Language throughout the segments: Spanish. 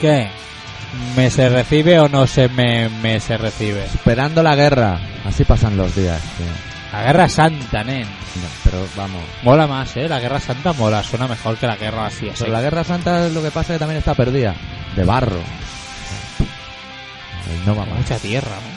¿Qué? ¿Me se recibe o no se me, me se recibe? Esperando la guerra. Así pasan los días, tío. La Guerra Santa, nen. No, pero vamos. Mola más, ¿eh? La Guerra Santa mola. Suena mejor que la Guerra así. así. Pero la Guerra Santa lo que pasa es que también está perdida. De barro. No va más. Mucha tierra, ¿no?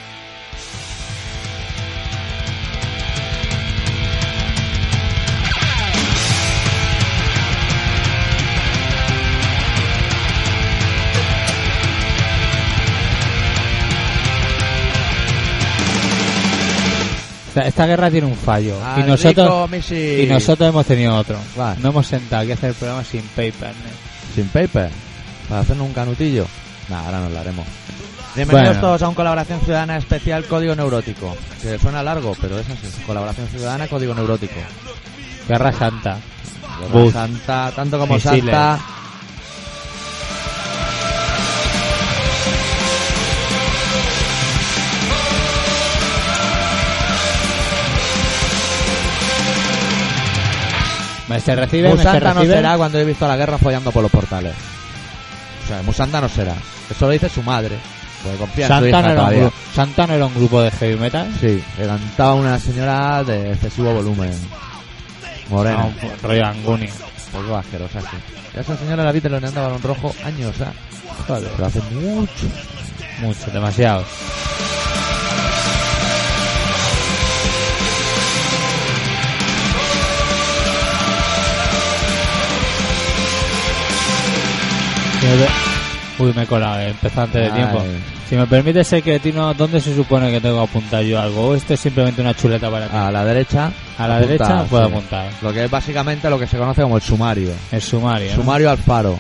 Esta, esta guerra tiene un fallo. y Al nosotros rico misil. y nosotros hemos tenido otro. Va. No hemos sentado aquí a hacer el programa sin paper, nen. Sin paper. Para hacernos un canutillo. Nah, ahora nos lo haremos. Bienvenidos Bueno. todos a un Colaboración Ciudadana especial Código Neurótico. Que suena largo, pero es así. Colaboración Ciudadana Código Neurótico. Guerra Santa. Guerra Bus. Santa, tanto como Misiles. Santa. Me se recibe, me se Musanta no recibe. será cuando he visto a la guerra follando por los portales. O sea, Musanta no será. Eso lo dice su madre. Porque confía en su Santa, hija no era un todavía. grupo, Santa no era un grupo de heavy metal. Sí, le cantaba una señora de excesivo volumen. Morena. No, pues, rollo Anguni. Un poco asquerosa, sí. Y a esa señora la vi teloneando a Balón Rojo años, ¿ah? Pero hace mucho. Mucho, demasiado. Uy, me he colado, eh, empezó antes de Ay. tiempo. Si me permite ser cretino, ¿dónde se supone que tengo que apuntar yo algo? ¿O esto es simplemente una chuleta para ti? A la derecha. A la apunta, derecha sí. puedo apuntar. Lo que es básicamente lo que se conoce como el sumario. El sumario. ¿no? Sumario Alfaro.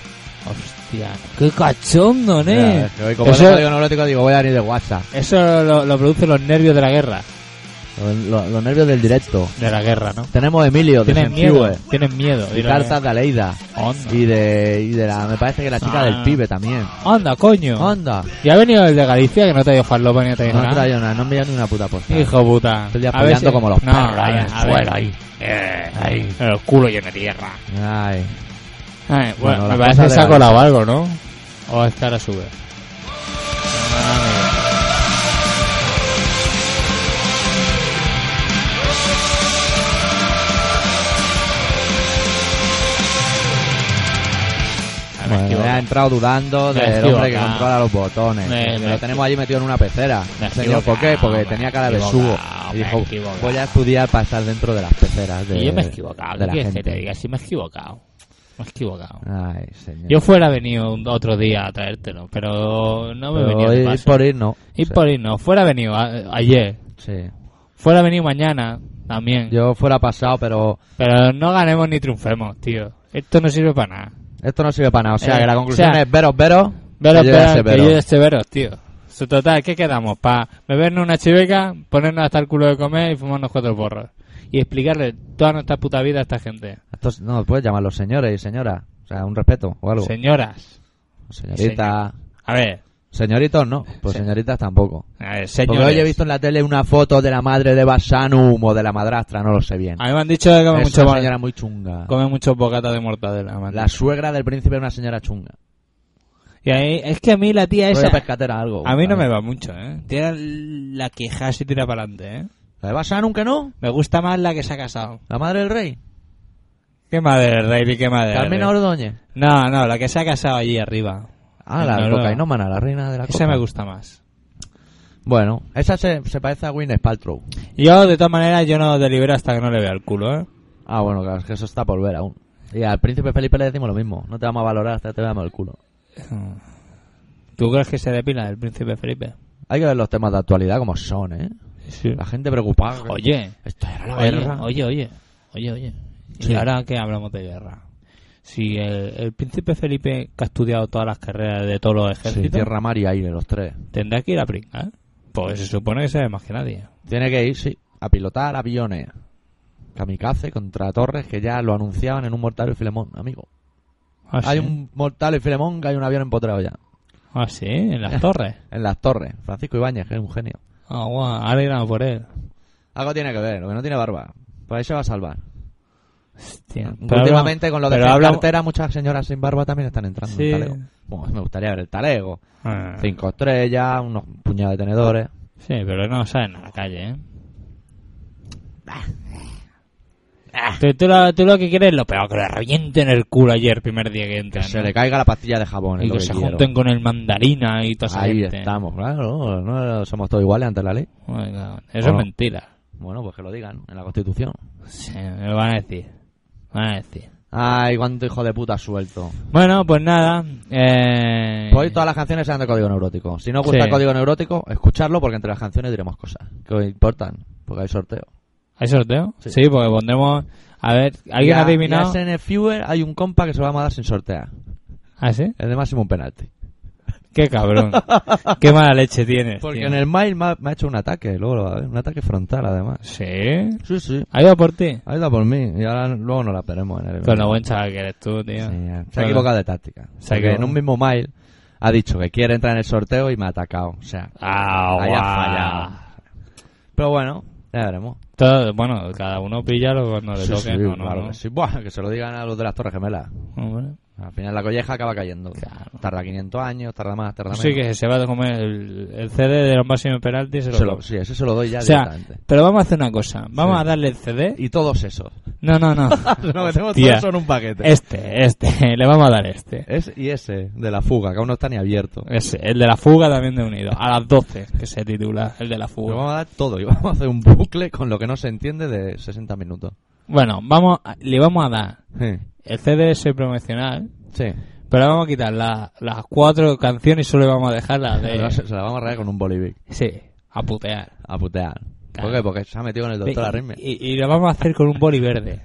Hostia, qué cachondo, Mira, ¿eh? es que hoy como Eso- es código neurótico digo, voy a venir de WhatsApp. Eso lo, lo producen los nervios de la guerra. Lo- lo- Los nervios del directo. De la guerra, ¿no? Tenemos a Emilio, de Tienen Sensiue. miedo. Tienen miedo. ¿eh? Y cartas de Aleida. Onda. Y de, y de la, me parece que la chica Ah. del pibe también. Anda, coño. Anda. Y ha venido el de Galicia que no te dio farlopa ni te dio No nada. trae una, no me ni una puta postal. Hijo puta. Estoy ya A ver peleando como los no, perros ahí a en ver, el a ver. suelo, ahí. Eh, ahí. El culo lleno de tierra. Ay. Ay, bueno, Bueno, me las parece que cosas se ha de Galicia. colado algo, ¿no? O es que ahora sube. Ah, me he Bueno, equivocado. me ha entrado dudando Me he del hombre que equivocado. controla los botones. Me- que me lo he tenemos allí metido en una pecera. Me he Señor, ¿por qué? equivocado, Porque me tenía he cara de subo. equivocado, Y me he dijo, equivocado. voy a estudiar para estar dentro de las peceras de, Y yo me he equivocado. de ¿Qué la quieres que te gente. diga? Si me he equivocado. Me he equivocado. Ay, señor. Yo fuera venido un- otro día a traértelo, pero no me Pero venía de ir paso. por ir no. Y O sea, por ahí no. Fuera venido a- ayer. sí. Fuera venido mañana también. Yo fuera pasado, pero Pero no ganemos ni triunfemos, tío. Esto no sirve para nada. esto no sirve para nada. O sea, Eh, que la o conclusión sea, es veros, veros. Veros, que yo ya veros, sé que yo ya esté veros, tío. So, total, ¿qué quedamos? Para bebernos una chiveca, ponernos hasta el culo de comer y fumarnos cuatro porros. Y explicarle toda nuestra puta vida a esta gente. Estos- no, puedes llamarlos señores y señoras. O sea, un respeto o algo. Señoras. Pues Señorita. A ver, Señoritos no. Pues Se- señoritas tampoco. a ver, Porque señores. hoy he visto en la tele una foto de la madre de Basanum o de la madrastra, no lo sé bien. A mí me han dicho que come es mucho una bo- señora muy chunga. come muchos bocatas de mortadela. me han La dicho. suegra del príncipe es una señora chunga. Y ahí, es que a mí la tía Esa esa... pescatera algo. A mí no me ¿sabes? va mucho, ¿eh? Tiene la queja y tira para adelante, ¿eh? ¿La de Basanum que no? Me gusta más la que se ha casado. ¿La madre del rey? Qué madre, Rey, qué madre. Carmina Ordóñez. No, no, la que se ha casado allí arriba. Ah, En la Noruega. cocainómana, la reina de la Esa coca. me gusta más. Bueno, esa se, se parece a Gwyneth Paltrow. Yo, de todas maneras, yo no delibero hasta que no le vea el culo, ¿eh? Ah, bueno, claro, es que eso está por ver aún. Y al príncipe Felipe le decimos lo mismo. No te vamos a valorar hasta que te veamos el culo. ¿Tú crees que se depila el príncipe Felipe? Hay que ver los temas de actualidad como son, ¿eh? Sí. La gente preocupada. Oye, Esto era la oye, guerra. oye, oye, oye, oye. Sí. Y ahora que hablamos de guerra. Si el, el príncipe Felipe, que ha estudiado todas las carreras de todos los Sí, ejércitos, tierra, mar y aire, los tres. tendrá que ir a pringar. Pues se supone que sabe más que nadie. Tiene que ir, sí, a pilotar aviones. Kamikaze contra Torres, que ya lo anunciaban en un Mortal y Filemón, amigo. Ah, hay sí? un Mortal y Filemón que hay un avión empotrado ya. Ah, sí, en las torres. En las torres. Francisco Ibáñez, que es un genio. Ah, guau, ahora irán a por él. Pues Algo tiene que ver, lo que no tiene barba. Por ahí se va a salvar. Hostia. Pero Últimamente con lo de pero la habla- cartera, muchas señoras sin barba también están entrando Sí. en el talego. Bueno, me gustaría ver el talego. hablamos- Ah, Cinco estrellas, unos puñados de tenedores. Sí, pero no salen a la calle, ¿eh? Ah. Tú, tú lo, tú lo que quieres es lo peor, que le revienten el culo ayer, primer día que Que entran. se ¿no? le caiga la pastilla de jabón. es Y lo que que se quiero. junten con el mandarina y toda esa Ahí gente. estamos, claro. No somos todos iguales ante la ley. Oiga, eso Bueno. es mentira. Bueno, pues que lo digan en la Constitución. Sí, me lo van a decir. Van a decir. Ay, cuánto hijo de puta suelto. Bueno, pues nada. Eh... Pues hoy todas las canciones sean de código neurótico. Si no os gusta Sí. el código neurótico, escucharlo porque entre las canciones diremos cosas que os importan, porque hay sorteo. ¿Hay sorteo? Sí. Sí. porque pondremos... A ver, ¿alguien ha Y a- adivinado? Y a SN Fewer hay un compa que se lo vamos a dar sin sortear. ¿Ah, sí? El de máximo un penalti. Qué cabrón. Qué mala leche tienes, Porque tío. en el mail me ha, me ha hecho un ataque, luego lo va a ver, un ataque frontal además. Sí. Sí, sí. Ha ido por ti. Ha ido por mí y ahora luego nos la veremos en el Con lo buen chaval que eres tú, tío. Sí, se ha Bueno. equivocado de táctica. Se ha Porque en equivocado. un mismo mail ha dicho que quiere entrar en el sorteo y me ha atacado. O sea, Ah, ahí ha guau. fallado. Pero bueno, ya veremos. Todo- bueno, cada uno pilla lo cuando le Sí, toque. sí, no, no, claro no. que sí. Buah, que se lo digan a los de las Torres Gemelas. Hombre. Al final la colleja acaba cayendo. Claro. Tarda 500 años, tarda más, tarda menos. Sí, que se va a comer el, el CD de los máximos penaltis. Se lo Se lo- come. sí, ese se lo doy ya O sea, directamente. pero vamos a hacer una cosa. Vamos Sí. a darle el CD. Y todos esos. No, no, no. lo metemos Hostia. todos en un paquete. Este, este. Le vamos a dar este. Es y ese, de la fuga, que aún no está ni abierto. Ese, el de la fuga también de unido. A las 12, que se titula el de la Lo fuga. vamos a dar todo y vamos a hacer un bucle con lo que no se entiende de 60 minutos. Bueno, vamos, a- le vamos a dar Sí. el CD ese promocional. Sí. Pero vamos a quitar la- las cuatro canciones y solo vamos a dejar la Se la- de... Se la vamos a rayar con un bolivic. Sí, a putear. A putear. Claro. ¿Por qué? Porque se ha metido con el doctor Arritmia. Y, y lo vamos a hacer con un boli verde.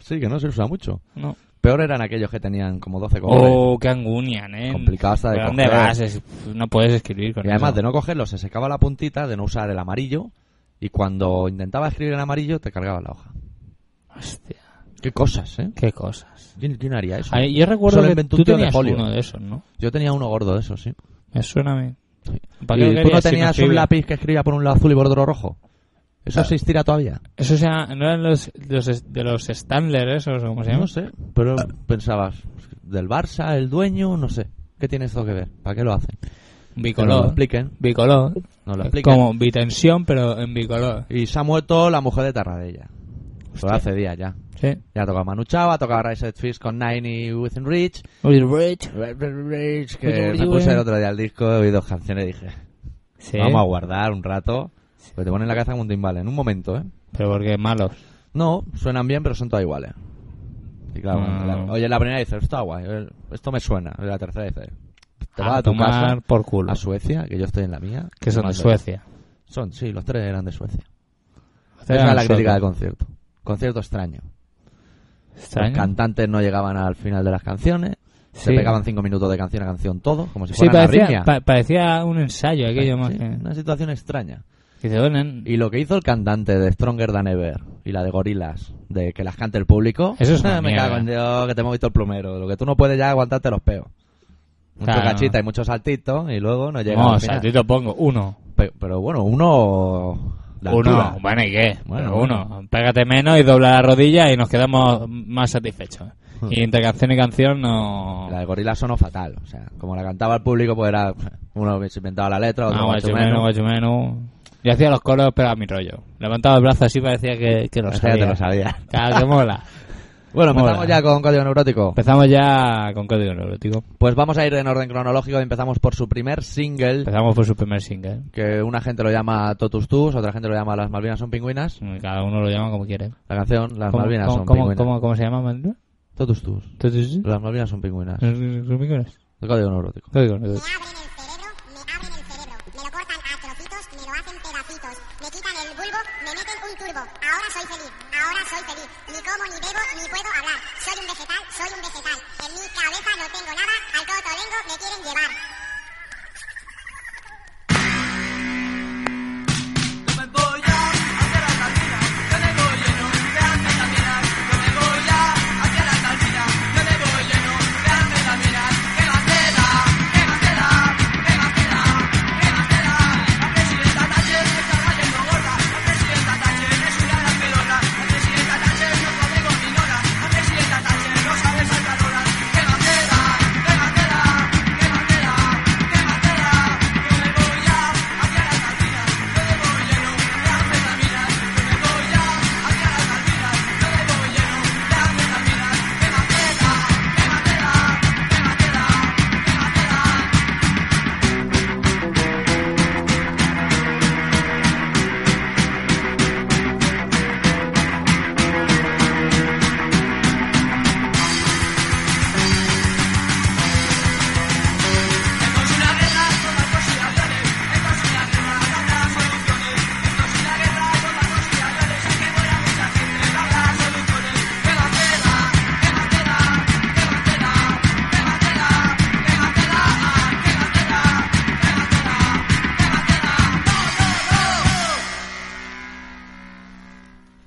Sí, que no se usa mucho. No. Peor eran aquellos que tenían como 12 colores. Oh, qué angunian, eh. Complicado hasta de ¿Pero ¿Dónde coger. vas? Es- no puedes escribir con Y además eso. de no cogerlo, se secaba la puntita, de no usar el amarillo. Y cuando intentaba escribir en amarillo, te cargaba la hoja. Hostia, Qué cosas, ¿eh? qué cosas. ¿Quién, quién haría eso? Ah, yo recuerdo Solo que inventó tú un tío de tenías folio. uno de esos, ¿no? Yo tenía uno gordo de eso, sí. Me suena a mí. ¿Para qué lo ¿Y tú no querías si tenías escribía? un lápiz que escribía por un lado azul y por otro rojo? ¿Eso Ah. existirá todavía? Eso sea, ¿no eran los, los es- de los Standler esos o cómo se llama? No sé, pero pensabas, pues, del Barça, el dueño, no sé. ¿Qué tiene esto que ver? ¿Para qué lo hacen? Que nos lo Bicolor. expliquen. Bicolor. Nos lo Eh, expliquen. Como bitensión, pero en bicolor. Y se ha muerto la mujer de Tarradella. Solo hace días ya. Sí. Ya toca Manu Chava, toca Rise of Fist con Nine y Within Reach. Reach, que me puse el otro día el disco, oí dos canciones y dije, Sí. vamos a guardar un rato. Pues te ponen la cabeza como un timbal, en un momento, ¿eh? Pero porque malos. No, suenan bien, pero son todas iguales. Y claro, Ah. la- oye, la primera dice, está guay, eh, esto me suena. Y la tercera dice, te vas a, a tu tomar casa, por culo. a Suecia, que yo estoy en la mía. Que son de Mando- Suecia. Son, sí, los tres eran de Suecia. Era Esa era la nosotros. crítica del concierto. Concierto extraño. Extraño. Los cantantes no llegaban al final de las canciones. Se Sí. pegaban cinco minutos de canción a canción todos, como si Sí, fueran parecía, arritmias. pa- parecía un ensayo aquello más Sí, que... Una situación extraña. que se donen. Y lo que hizo el cantante de Stronger Than Ever y la de Gorilas, de que las cante el público, "Ah, Eso es una me mierda. cago en Dios, que te hemos visto el plumero. Lo que tú no puedes ya es aguantarte los peos. Mucho Claro. cachita y mucho saltito, y luego no llega. No, al o final. sea, yo te pongo uno. Pe- pero bueno, uno. La uno, altura. bueno, ¿y qué? Bueno, Pero uno. Pégate menos y dobla la rodilla y nos quedamos más satisfechos. ¿eh? Y entre canción y canción no... La de Gorilas sonó fatal. O sea, como la cantaba el público, pues era. Uno se inventaba la letra, otro Ah, mucho guacho menos, menos. guacho menos. Yo hacía los coros, pero a mi rollo. Levantaba el brazo así parecía que, que lo Esa ya sabía. te lo sabía. Claro, que mola. Bueno, Mola. empezamos ya con código neurótico. Empezamos ya con Código Neurótico. Pues vamos a ir en orden cronológico. Empezamos por su primer single, Empezamos por su primer single. que una gente lo llama Totus Tus, otra gente lo llama Las Malvinas son pingüinas. Cada uno lo llama como quiere. La canción Las ¿Cómo- Malvinas cómo- son cómo- pingüinas. cómo- cómo se llama? Manuel? Totus Tus. Entonces, Las Malvinas son pingüinas. Mm. ¿los micros? El código neurótico. Código Me Neurótico. abren el cerebro, me abren el cerebro, me lo cortan a trocitos, me lo hacen pedacitos, me quitan el bulbo, me meten un turbo, ahora soy feliz, ahora soy feliz, ni como, ni bebo, ni puedo hablar, soy un vegetal, soy un vegetal, en mi cabeza no tengo nada, al cotolengo me quieren llevar. Yo me voy ya hacia las alminas, yo me voy lleno de anfetaminas. Yo me voy ya hacia las alminas, yo me voy lleno de anfetaminas. Que más queda, que más queda, que más queda, que más queda. La presidenta Thatcher está cayendo gorda, la presidenta Thatcher es una gran pelota, la presidenta Thatcher no come con minora,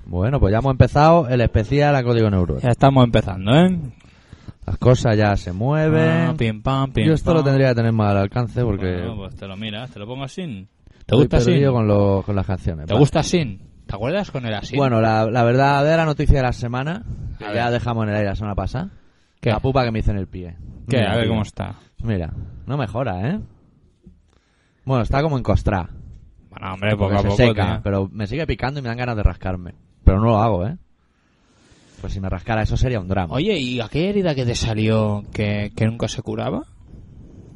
Bueno, pues ya hemos empezado el especial a código neuro. Ya estamos empezando, ¿eh? Las cosas ya se mueven. Ah, pim, pam, pim, Yo esto pam. lo tendría que tener más al alcance porque Bueno, pues te lo miras, te lo pongo así. ¿Te estoy gusta así? perdido con, lo- con las canciones. ¿Te vale. gusta Sin? ¿Te acuerdas con el así? Bueno, la, la verdadera noticia de la semana, que A ya ver. dejamos en el aire la semana pasada, ¿Qué? la pupa que me hice en el pie. ¿Qué? Mira, A ver tío. cómo está. Mira, no mejora, ¿eh? Bueno, está como encostrada. Bueno, hombre, Eh, poco Porque a se poco, seca, tío. pero me sigue picando y me dan ganas de rascarme. Pero no lo hago, ¿eh? Pues si me rascara eso sería un drama. Oye, ¿y aquella herida que te salió que, que nunca se curaba?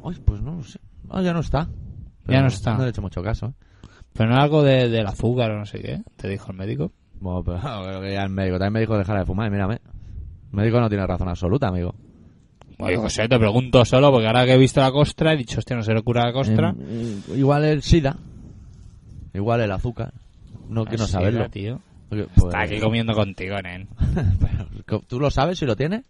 Ay, pues no lo sé. Ah, ya no está. Ya no está. No le he hecho mucho caso, ¿eh? Pero no algo de, del azúcar o no sé qué, te dijo el médico. Bueno, pero creo que ya el médico. También me dijo dejar de fumar y mírame. El médico no tiene razón absoluta, amigo. Oye, José, te pregunto solo, porque ahora que he visto la costra, he dicho, hostia, no se le cura la costra. Eh, eh, igual el SIDA. Igual el azúcar. No quiero Así saberlo. era, tío. Oye, pues- Está aquí comiendo contigo, nen. Pero, ¿Tú lo sabes si lo tienes?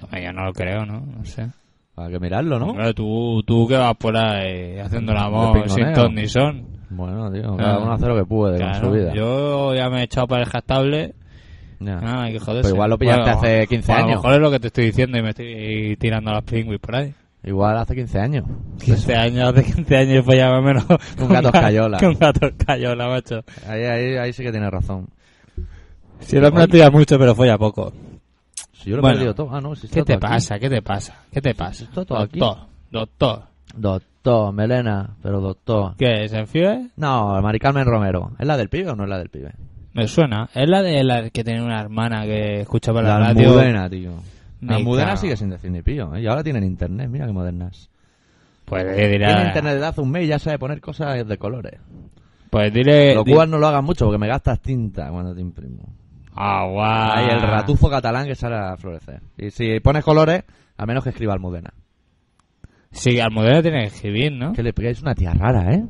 Yo, yo no lo creo, ¿no? No sé. Hay que mirarlo, ¿no? Hombre, tú, tú que vas por ahí haciendo el De amor pingoneo. sin ton ni son. Bueno, tío, Ah. cada uno hace lo que puede Claro, con su vida. yo Ah. ya me he echado pareja estable. Ya. Nada, hay que joderse. Ah. Pero igual lo pillaste hace 15 bueno, A años. lo mejor es lo que te estoy diciendo y me estoy tirando a las pingüis por ahí. Igual hace 15 años. 15 años, hace 15 años pues ya más o menos. Con gatos cayola. Con gatos cayola, macho. Ahí, ahí, ahí sí que tienes razón. Si el hombre tira mucho, pero folla poco. Si yo lo he Bueno. perdido todo. Ah, no, si está ¿Qué te todo aquí. pasa? ¿Qué te pasa? ¿Qué te pasa? está todo aquí. doctor, doctor. Doctor, Melena, pero doctor. ¿Qué es? ¿En FIBE? No, Mari Carmen Romero. ¿Es la del pibe o no es la del pibe? Me suena. Es la de la que tenía una hermana que escuchaba la, la radio. Almudena, tío. Me La Almudena cago. sigue sin decir ni pío. ¿eh? Y ahora tienen internet, mira que modernas. Pues le Tiene dirá. internet de hace un mes y ya sabe poner cosas de colores. Pues dile. Lo di- cual no lo hagas mucho porque me gastas tinta cuando te imprimo. Ah, guau. Ahí el ratufo catalán que sale a florecer. Y si pones colores, a menos que escriba Almudena. Sí, Almudena tiene que escribir, ¿no? Que le pegáis una tía rara, ¿eh?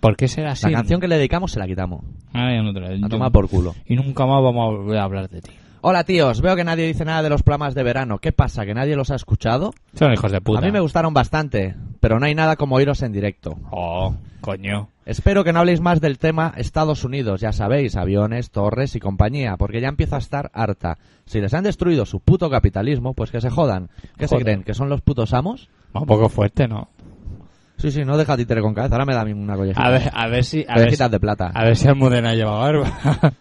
¿Por qué será así? La canción que le dedicamos se la quitamos. Ahora ya no te la- La toma por culo. Y nunca más vamos a volver a hablar de ti. Hola tíos, veo que nadie dice nada de los programas de verano. ¿Qué pasa? ¿Que nadie los ha escuchado? Son hijos de puta. A mí me gustaron bastante, pero no hay nada como oíros en directo. Oh, coño. Espero que no habléis más del tema Estados Unidos, ya sabéis, aviones, torres y compañía, porque ya empiezo a estar harta. Si les han destruido su puto capitalismo, pues que se jodan. ¿Qué se Joder. creen? ¿Que son los putos amos? Un poco fuerte, ¿no? Sí, sí, no deja títere con cabeza, ahora me da a mí una collejita. A ver, a ver si. A ver, si- Collejitas de plata. a ver si Almudena lleva barba.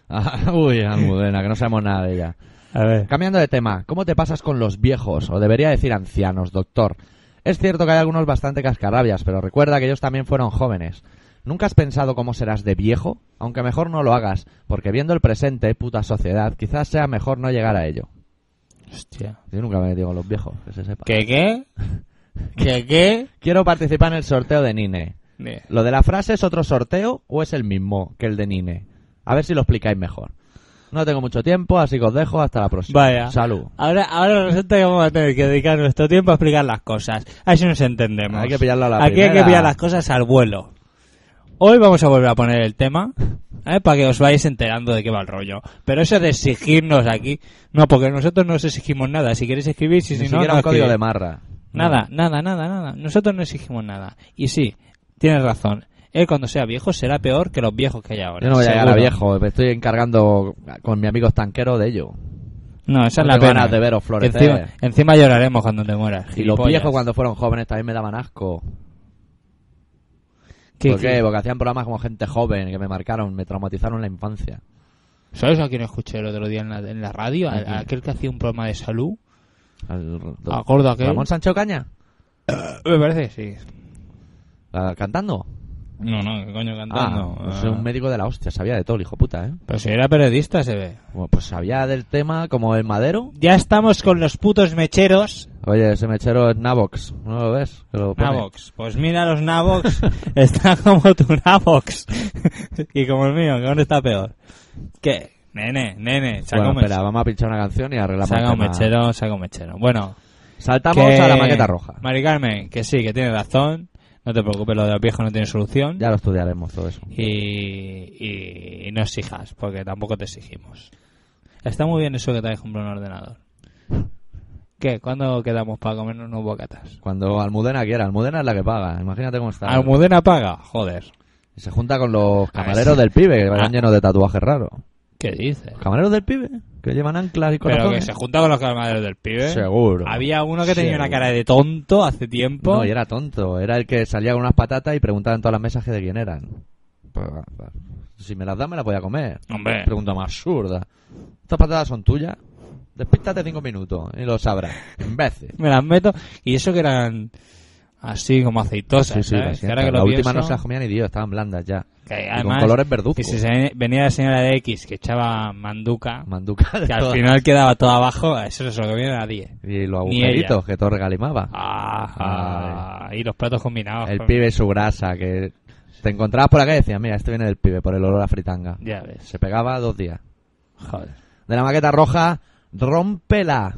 Ah, Uy, Almudena, que no sabemos nada de ella. a ver. Cambiando de tema, ¿cómo te pasas con los viejos? O debería decir ancianos, doctor. Es cierto que hay algunos bastante cascarrabias, pero recuerda que ellos también fueron jóvenes. ¿Nunca has pensado cómo serás de viejo? Aunque mejor no lo hagas, porque viendo el presente, puta sociedad, quizás sea mejor no llegar a ello. Hostia. Yo nunca me he metido con los viejos, que se sepa. ¿Qué qué? ¿Qué qué? Quiero participar en el sorteo de Nine. Bien. ¿Lo de la frase es otro sorteo o es el mismo que el de Nine? A ver si lo explicáis mejor. No tengo mucho tiempo, así que os dejo hasta la próxima. Vaya. Salud. Ahora, ahora resulta que vamos a tener que dedicar nuestro tiempo a explicar las cosas. Así nos entendemos. Hay que pillarlo a la Aquí hay que primera. pillar las cosas al vuelo. Hoy vamos a volver a poner el tema, ¿eh? para que os vayáis enterando de qué va el rollo. Pero eso de exigirnos aquí, no, porque nosotros no os exigimos nada. Si queréis escribir, si, Ni si no, siquiera no un código escribís. de marra. Nada, nada, nada, nada. Nosotros no exigimos nada. Y sí, tienes razón. Él cuando sea viejo será peor que los viejos que hay ahora. Yo no voy a llegar a seguro. viejo, me estoy encargando con mi amigo estanquero de ello. No, esa No es la tengo pena. ganas de veros florecer. Encima, encima lloraremos cuando te mueras. Y los gilipollas. viejos cuando fueron jóvenes también me daban asco. ¿Qué- ¿Por qué? qué? Porque hacían programas como gente joven que me marcaron, me traumatizaron la infancia. ¿Sabes a quién escuché el otro día en la, en la radio? A- ¿A quién? a aquel que hacía un programa de salud. Al- ¿A gordo aquel? ¿Ramón Sancho Caña? Me parece que sí. ¿La- ¿Cantando? No, no, ¿qué coño cantando? Ah, pues Ah. un médico de la hostia, sabía de todo el hijo puta, ¿eh? Pero si era periodista, se ve. Bueno, Pues sabía del tema como el madero. Ya estamos con los putos mecheros. Oye, ese mechero es Navox, ¿no lo ves? Que lo pone. Navox. Pues mira, los Navox está como tu Navox. y como el mío, que aún está peor. ¿Qué? Nene, nene, saca Bueno, un espera, mechero. vamos a pinchar una canción y arreglamos Saca el un tema. mechero, saca un mechero. Bueno, Saltamos que- a la maqueta roja. Mari Carmen, que sí, que tiene razón. No te preocupes, lo de los viejos no tiene solución. Ya lo estudiaremos todo eso. y, y- y no exijas, porque tampoco te exigimos. Está muy bien eso que te hayas comprado un ordenador. ¿Qué? ¿Cuándo quedamos para comernos unos bocatas? Cuando Almudena quiera, Almudena es la que paga. Imagínate cómo está. ¿Almudena paga? Joder. Y se junta con los A ver camareros si- del pibe, que van Ah. llenos de tatuajes raros. ¿Qué dices? Los camareros del pibe, que llevan anclas y Pero que corazones. se junta con los camareros del pibe. Seguro. Había uno que tenía Seguro. una cara de tonto hace tiempo. No, y era tonto. Era el que salía con unas patatas y preguntaba en todas las mesas que de quién eran. Pues, pues, Si me las da, me las voy a comer. Hombre. Pregunta más absurda. ¿Estas patatas son tuyas? Despístate cinco minutos y lo sabrás. Imbécil. Me las meto. Y eso que eran así como aceitosas. ¿sabes? siento. Que ahora que lo la pienso, última no se las comía ni Dios, estaban blandas ya. que Y además, con colores verduzcos. que si se venía la señora de X que echaba manduca, Manduca de que al todas. final quedaba todo abajo, eso no se lo comía nadie. Y los Ni agujeritos que todo regalimaba. Ah, ah, y los platos combinados. el con- pibe y su grasa, que te encontrabas por acá y decías, mira, este viene del pibe por el olor a fritanga. Ya ves. Se pegaba dos días. Joder. De la maqueta roja, rómpela.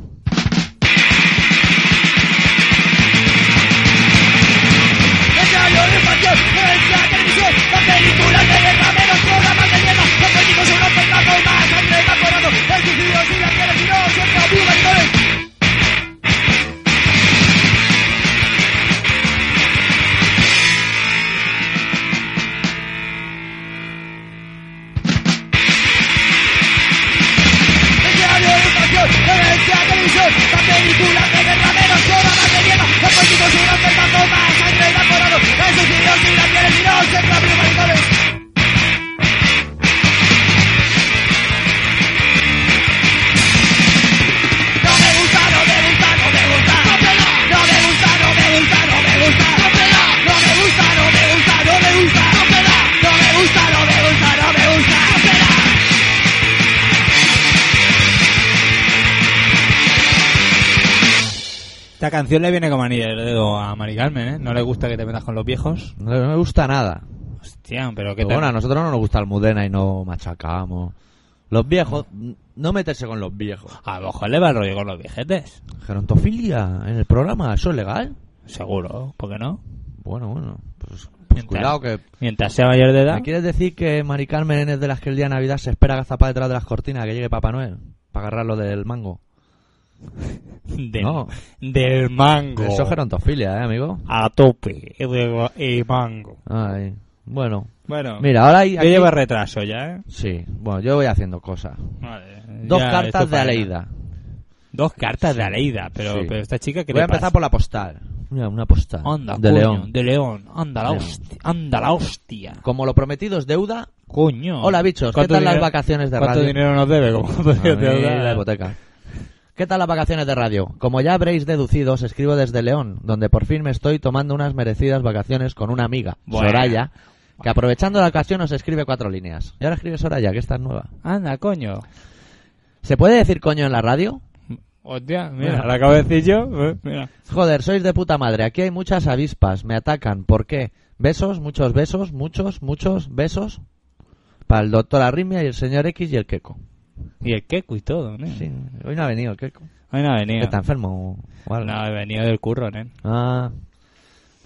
Desde la información, ciencia, televisión, las películas de guerra, menos programas de guerra, los políticos se rompen la coma, sangre está cobrando, el suicidio si la quieres y no, siempre a viva señores. Desde la información, ciencia, televisión, las películas de guerra, menos programas de guerra, los políticos se rompen la coma, sangre está cobrando, el suicidio si la quieres y no, siempre a viva señores. No me gusta, no me gusta, no me gusta. No me gusta, no me gusta, no me gusta. No me gusta, no me gusta, no me gusta. No me gusta, no me gusta, no me gusta. Esta canción le viene como anillo el dedo a Mari Carmen, ¿eh? No le gusta que te metas con los viejos. No, no me gusta nada. Hostia, pero que Pero bueno, a nosotros no nos gusta Almudena y no machacamos. Los viejos, n- no meterse con los viejos. A lo mejor le va el rollo con los viejetes. Gerontofilia en el programa, ¿eso es legal? Seguro, ¿por qué no? Bueno, bueno, pues, pues Mientras- cuidado que... Mientras sea mayor de edad. ¿Me quieres decir que Mari Carmen es de las que el día de Navidad se espera agazapá detrás de las cortinas que llegue Papá Noel para agarrarlo del mango? Del, No. del mango. Eso es gerontofilia, ¿eh, amigo? A tope. Y digo, y mango. Ay, bueno. Bueno, Mira, ahora hay... yo aquí- llevo retraso ya, ¿eh? Sí, bueno, yo voy haciendo cosas. Vale, Dos ya, esto cartas de para- Aleida. Dos cartas de Aleida, pero, Sí. pero esta chica que Voy a empezar por la postal. Mira, una postal. Anda, de coño, León. de León. Anda la León. hostia. Anda la hostia. Como lo prometido es deuda, Coño. Hola, bichos, ¿qué ¿Cuánto tal las dinero- vacaciones de ¿Cuánto radio? dinero nos debe? Como podría A pues mí, te dar? la hipoteca. ¿Qué tal las vacaciones de radio? Como ya habréis deducido, os escribo desde León, donde por fin me estoy tomando unas merecidas vacaciones con una amiga, Bueno. Soraya, que aprovechando la ocasión os escribe cuatro líneas. Y ahora escribe Soraya, que esta es nueva. Anda, coño. ¿Se puede decir coño en la radio? Hostia, Mira. mira, la acabo de decir yo. eh, Mira. Joder, sois de puta madre. Aquí hay muchas avispas. Me atacan. ¿Por qué? Besos, muchos besos, muchos, muchos besos. Para el doctor Arritmia y el señor X y el Keko. Y el queco y todo, ¿no? Sí, hoy no ha venido el Keko. Hoy no ha venido. Está enfermo o algo. No, he venido del curro, ¿eh? Ah.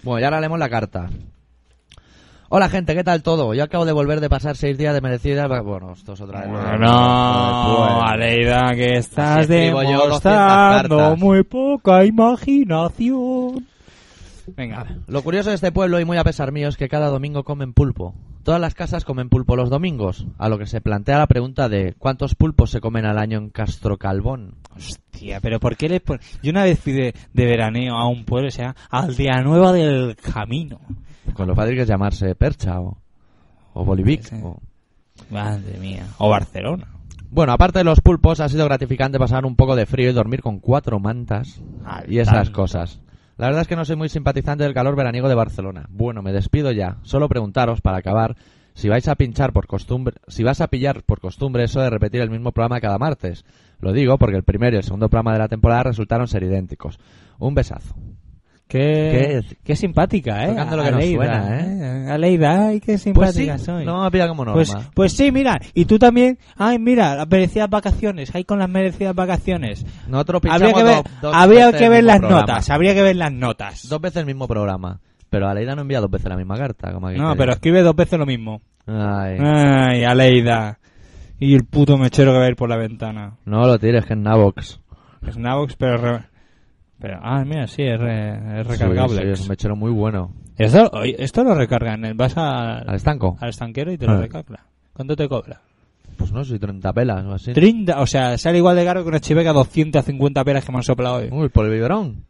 Bueno, ya ahora leemos la carta. Hola gente, ¿qué tal todo? Yo acabo de volver de pasar seis días de merecidas... va- Bueno, esto es otra vez. Bueno, Joder, pues. Aleida, que estás Así escribo yo 200 demostrando cartas. muy poca imaginación. Venga, Lo curioso de este pueblo y muy a pesar mío es que cada domingo comen pulpo. Todas las casas comen pulpo los domingos, a lo que se plantea la pregunta de ¿cuántos pulpos se comen al año en Castro Calvón? hostia, pero ¿por qué le pon- Yo una vez fui de, de veraneo a un pueblo, o sea, Aldea Nueva del Camino. Con lo padre que es llamarse Percha o, o Bolivic. Sí. o- Madre mía. O Barcelona. Bueno, aparte de los pulpos, ha sido gratificante pasar un poco de frío y dormir con cuatro mantas Al y esas tanto. cosas. La verdad es que no soy muy simpatizante del calor veraniego de Barcelona. Bueno, me despido ya. Solo preguntaros, para acabar, si vais a pinchar por costumbre, si vas a pillar por costumbre eso de repetir el mismo programa cada martes. Lo digo porque el primero y el segundo programa de la temporada resultaron ser idénticos. Un besazo. Qué, Qué- qué, simpática, ¿eh? Tocando lo que nos Aleida, suena, ¿eh? Aleida, ay, qué Pues sí, simpática soy. no me pilla como norma. Pues, pues sí, mira, y tú también. Ay, mira, las merecidas vacaciones. Ahí con las merecidas vacaciones. Nosotros pinchamos Habría que ver, dos- dos habría veces que el ver mismo las programa. notas. Habría que ver las notas. Dos veces el mismo programa. Pero Aleida no envía dos veces la misma carta. como aquel No, que pero eh. dice. escribe dos veces lo mismo. Ay. Ay, Aleida. Y el puto mechero que va a ir por la ventana. No lo tires, que es Navox. Es Navox, pero. re- pero ah, mira, sí, es, re- es recargable. Sí, sí, es un mechero muy bueno. Esto, oye, esto lo recargan. eh, Vas a- Al estanco. al estanquero y te Ah. lo recarga. ¿Cuánto te cobra? Pues no, soy 30 pelas o así. 30, o sea, sale igual de caro que una chiveca 250 pelas que me han soplado hoy. Uy, por el biberón.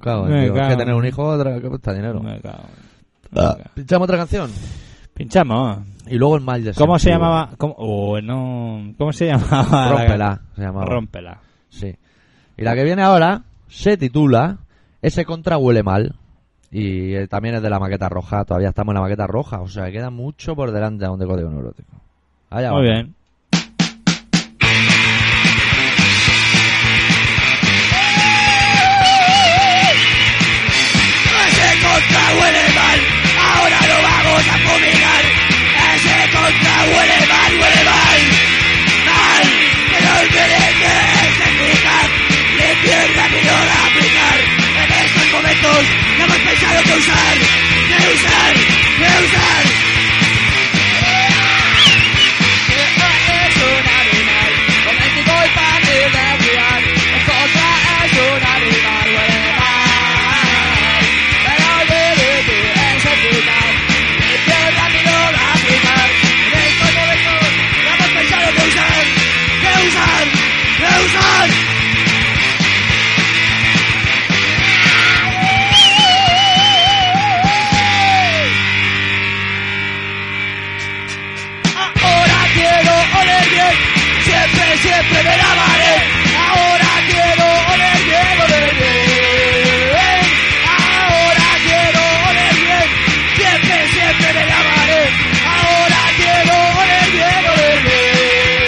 Claro, Me tío, cago es que en- tener un hijo otra, que cuesta dinero. Me cago en- Ah, Pinchamos otra canción. Pinchamos. Y luego el mal de ¿Cómo se sentido. llamaba? ¿Cómo, oh, no. ¿Cómo se llamaba? la- Rómpela, se llamaba. Rómpela. Sí. Y la que viene ahora se titula Ese contra huele mal. Y eh, también es de la maqueta roja. Todavía estamos en la maqueta roja. O sea, que queda mucho por delante a un decodeo neurótico. Allá Muy va. bien. Ese contra huele mal, ahora lo vamos a fumigar. Ese contra huele mal, huele mal, mal. Que no olvides que es eficaz, limpio y rápido de aplicar. En estos momentos no hemos pensado que usar, que usar, que usar. Es un animal, con el tipo y fácil de criar. El contra es un animal, huele mal. Pero olvides que es eficaz, limpio y rápido de aplicar. En estos momentos no hemos pensado que usar, que usar, que usar. Ahora quiero oler bien, siempre, siempre me lavaré. Ahora quiero oler bien, oler bien. Ahora quiero oler bien, siempre, siempre me lavaré. Ahora quiero oler bien, oler bien.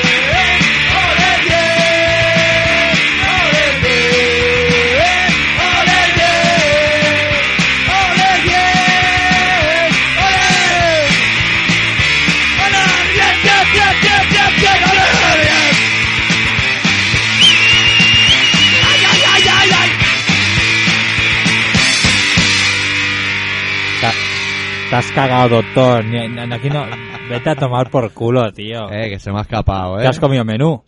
Oler bien, oler bien. Oler bien, oler bien. Oler bien. Hola, bien, bien, bien, bien, bien, bien, hola, bien. Ay, ay, ay, ay, ay. Ta- Te has cagado, doctor. Ni- ni- Aquí no. Vete a tomar por culo, tío. Eh, que se me ha escapado, eh. Te has comido menú.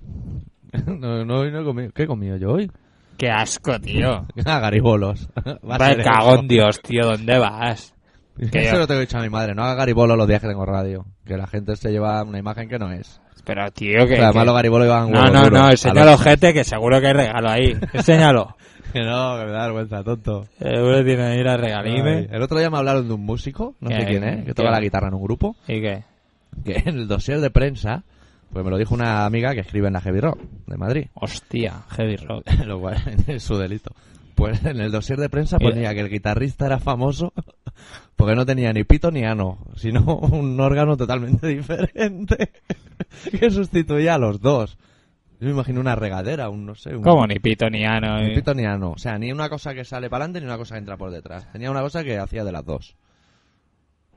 no, no, hoy no he comido. ¿Qué he comido yo hoy? Qué asco, tío. Ah, garibolos. Va a Me ser eso. cago en Dios, tío. ¿Dónde vas? Que Eso yo- lo tengo dicho a mi madre. No haga garibolos los días que tengo radio. Que la gente se lleva una imagen que no es. Pero, tío, que... O sea, además que- los garibolos llevan No, huevos no, duros. no. Enséñalo, A los- ojete, que seguro que hay regalo ahí. Enséñalo. Que no, que me da vergüenza, tonto. Seguro tiene que ir a regalime. Ay, El otro día me hablaron de un músico, no sé ¿Qué? quién es, que toca ¿Qué? la guitarra en un grupo, ¿Y qué? que en el dossier de prensa, pues me lo dijo una amiga que escribe en la Heavy Rock de Madrid, Hostia, heavy rock. lo cual es su delito. Pues en el dossier de prensa Mira. ponía que el guitarrista era famoso porque no tenía ni pito ni ano, sino un órgano totalmente diferente que sustituía a los dos. Yo me imagino una regadera, un no sé, un, Como ni pito ni ano. ni eh. pito ni ano. O sea, ni una cosa que sale para adelante ni una cosa que entra por detrás. Tenía una cosa que hacía de las dos.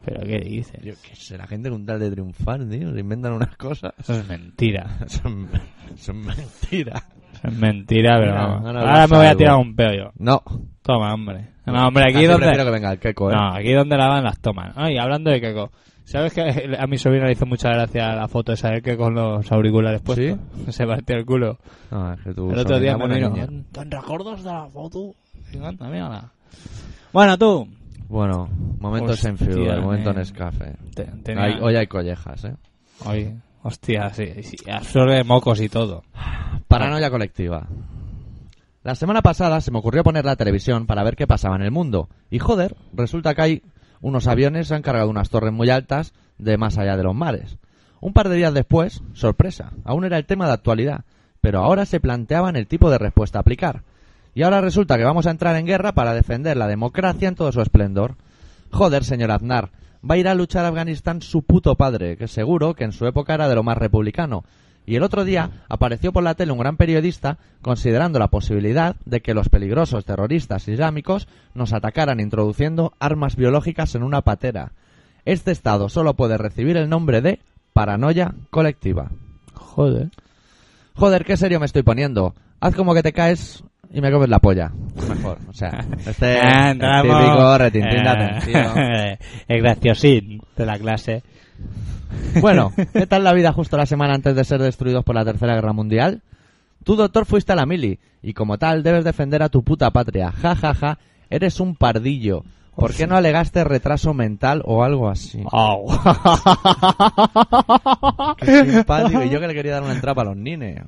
Pero qué dices. Yo qué sé, la gente con tal de triunfar, tío, se inventan unas cosas. Eso es mentira. Son, son mentiras. Eso es mentira, pero Mira, vamos. ahora Ahora vas me voy a a algo. tirar un peo yo. No. Toma, hombre. No, hombre, aquí Casi prefiero donde... que venga el Keiko, ¿eh? No, aquí donde la van las toman. Ay, hablando de Keiko. ¿Sabes que a mi sobrina le hizo mucha gracia la foto esa de que con los auriculares puestos? Se partió el culo. No, es que tú El otro sobrina día me buena vino. niña. ¿Te recuerdas de la foto? Me encanta, mírala. Bueno, tú. Bueno, momentos en Hostia, Fiuda, momento en nen. Escafe. Te- tenía- hoy hay collejas, ¿eh? Oye, hostia, sí, sí, absorbe mocos y todo. Paranoia colectiva. La semana pasada se me ocurrió poner la televisión para ver qué pasaba en el mundo. Y joder, resulta que hay unos aviones que han cargado unas torres muy altas de más allá de los mares. Un par de días después, sorpresa, aún era el tema de actualidad, pero ahora se planteaban el tipo de respuesta a aplicar. Y ahora resulta que vamos a entrar en guerra para defender la democracia en todo su esplendor. Joder, señor Aznar, va a ir a luchar a Afganistán su puto padre, que seguro que en su época era de lo más republicano. Y el otro día apareció por la tele un gran periodista considerando la posibilidad de que los peligrosos terroristas islámicos nos atacaran introduciendo armas biológicas en una patera. Este Estado solo puede recibir el nombre de paranoia colectiva. Joder. Joder, qué serio me estoy poniendo. Haz como que te caes y me comes la polla. Mejor, o sea, este Ah, el típico retintín de eh, atención. el graciosín de la clase. Bueno, ¿qué tal la vida justo la semana antes de ser destruidos por la Tercera Guerra Mundial? Tú, doctor, fuiste a la mili y como tal debes defender a tu puta patria. Ja, ja, ja, eres un pardillo. ¿Por qué no alegaste retraso mental o algo así? Au. Qué simpático. Y yo que le quería dar una entrada a los nines.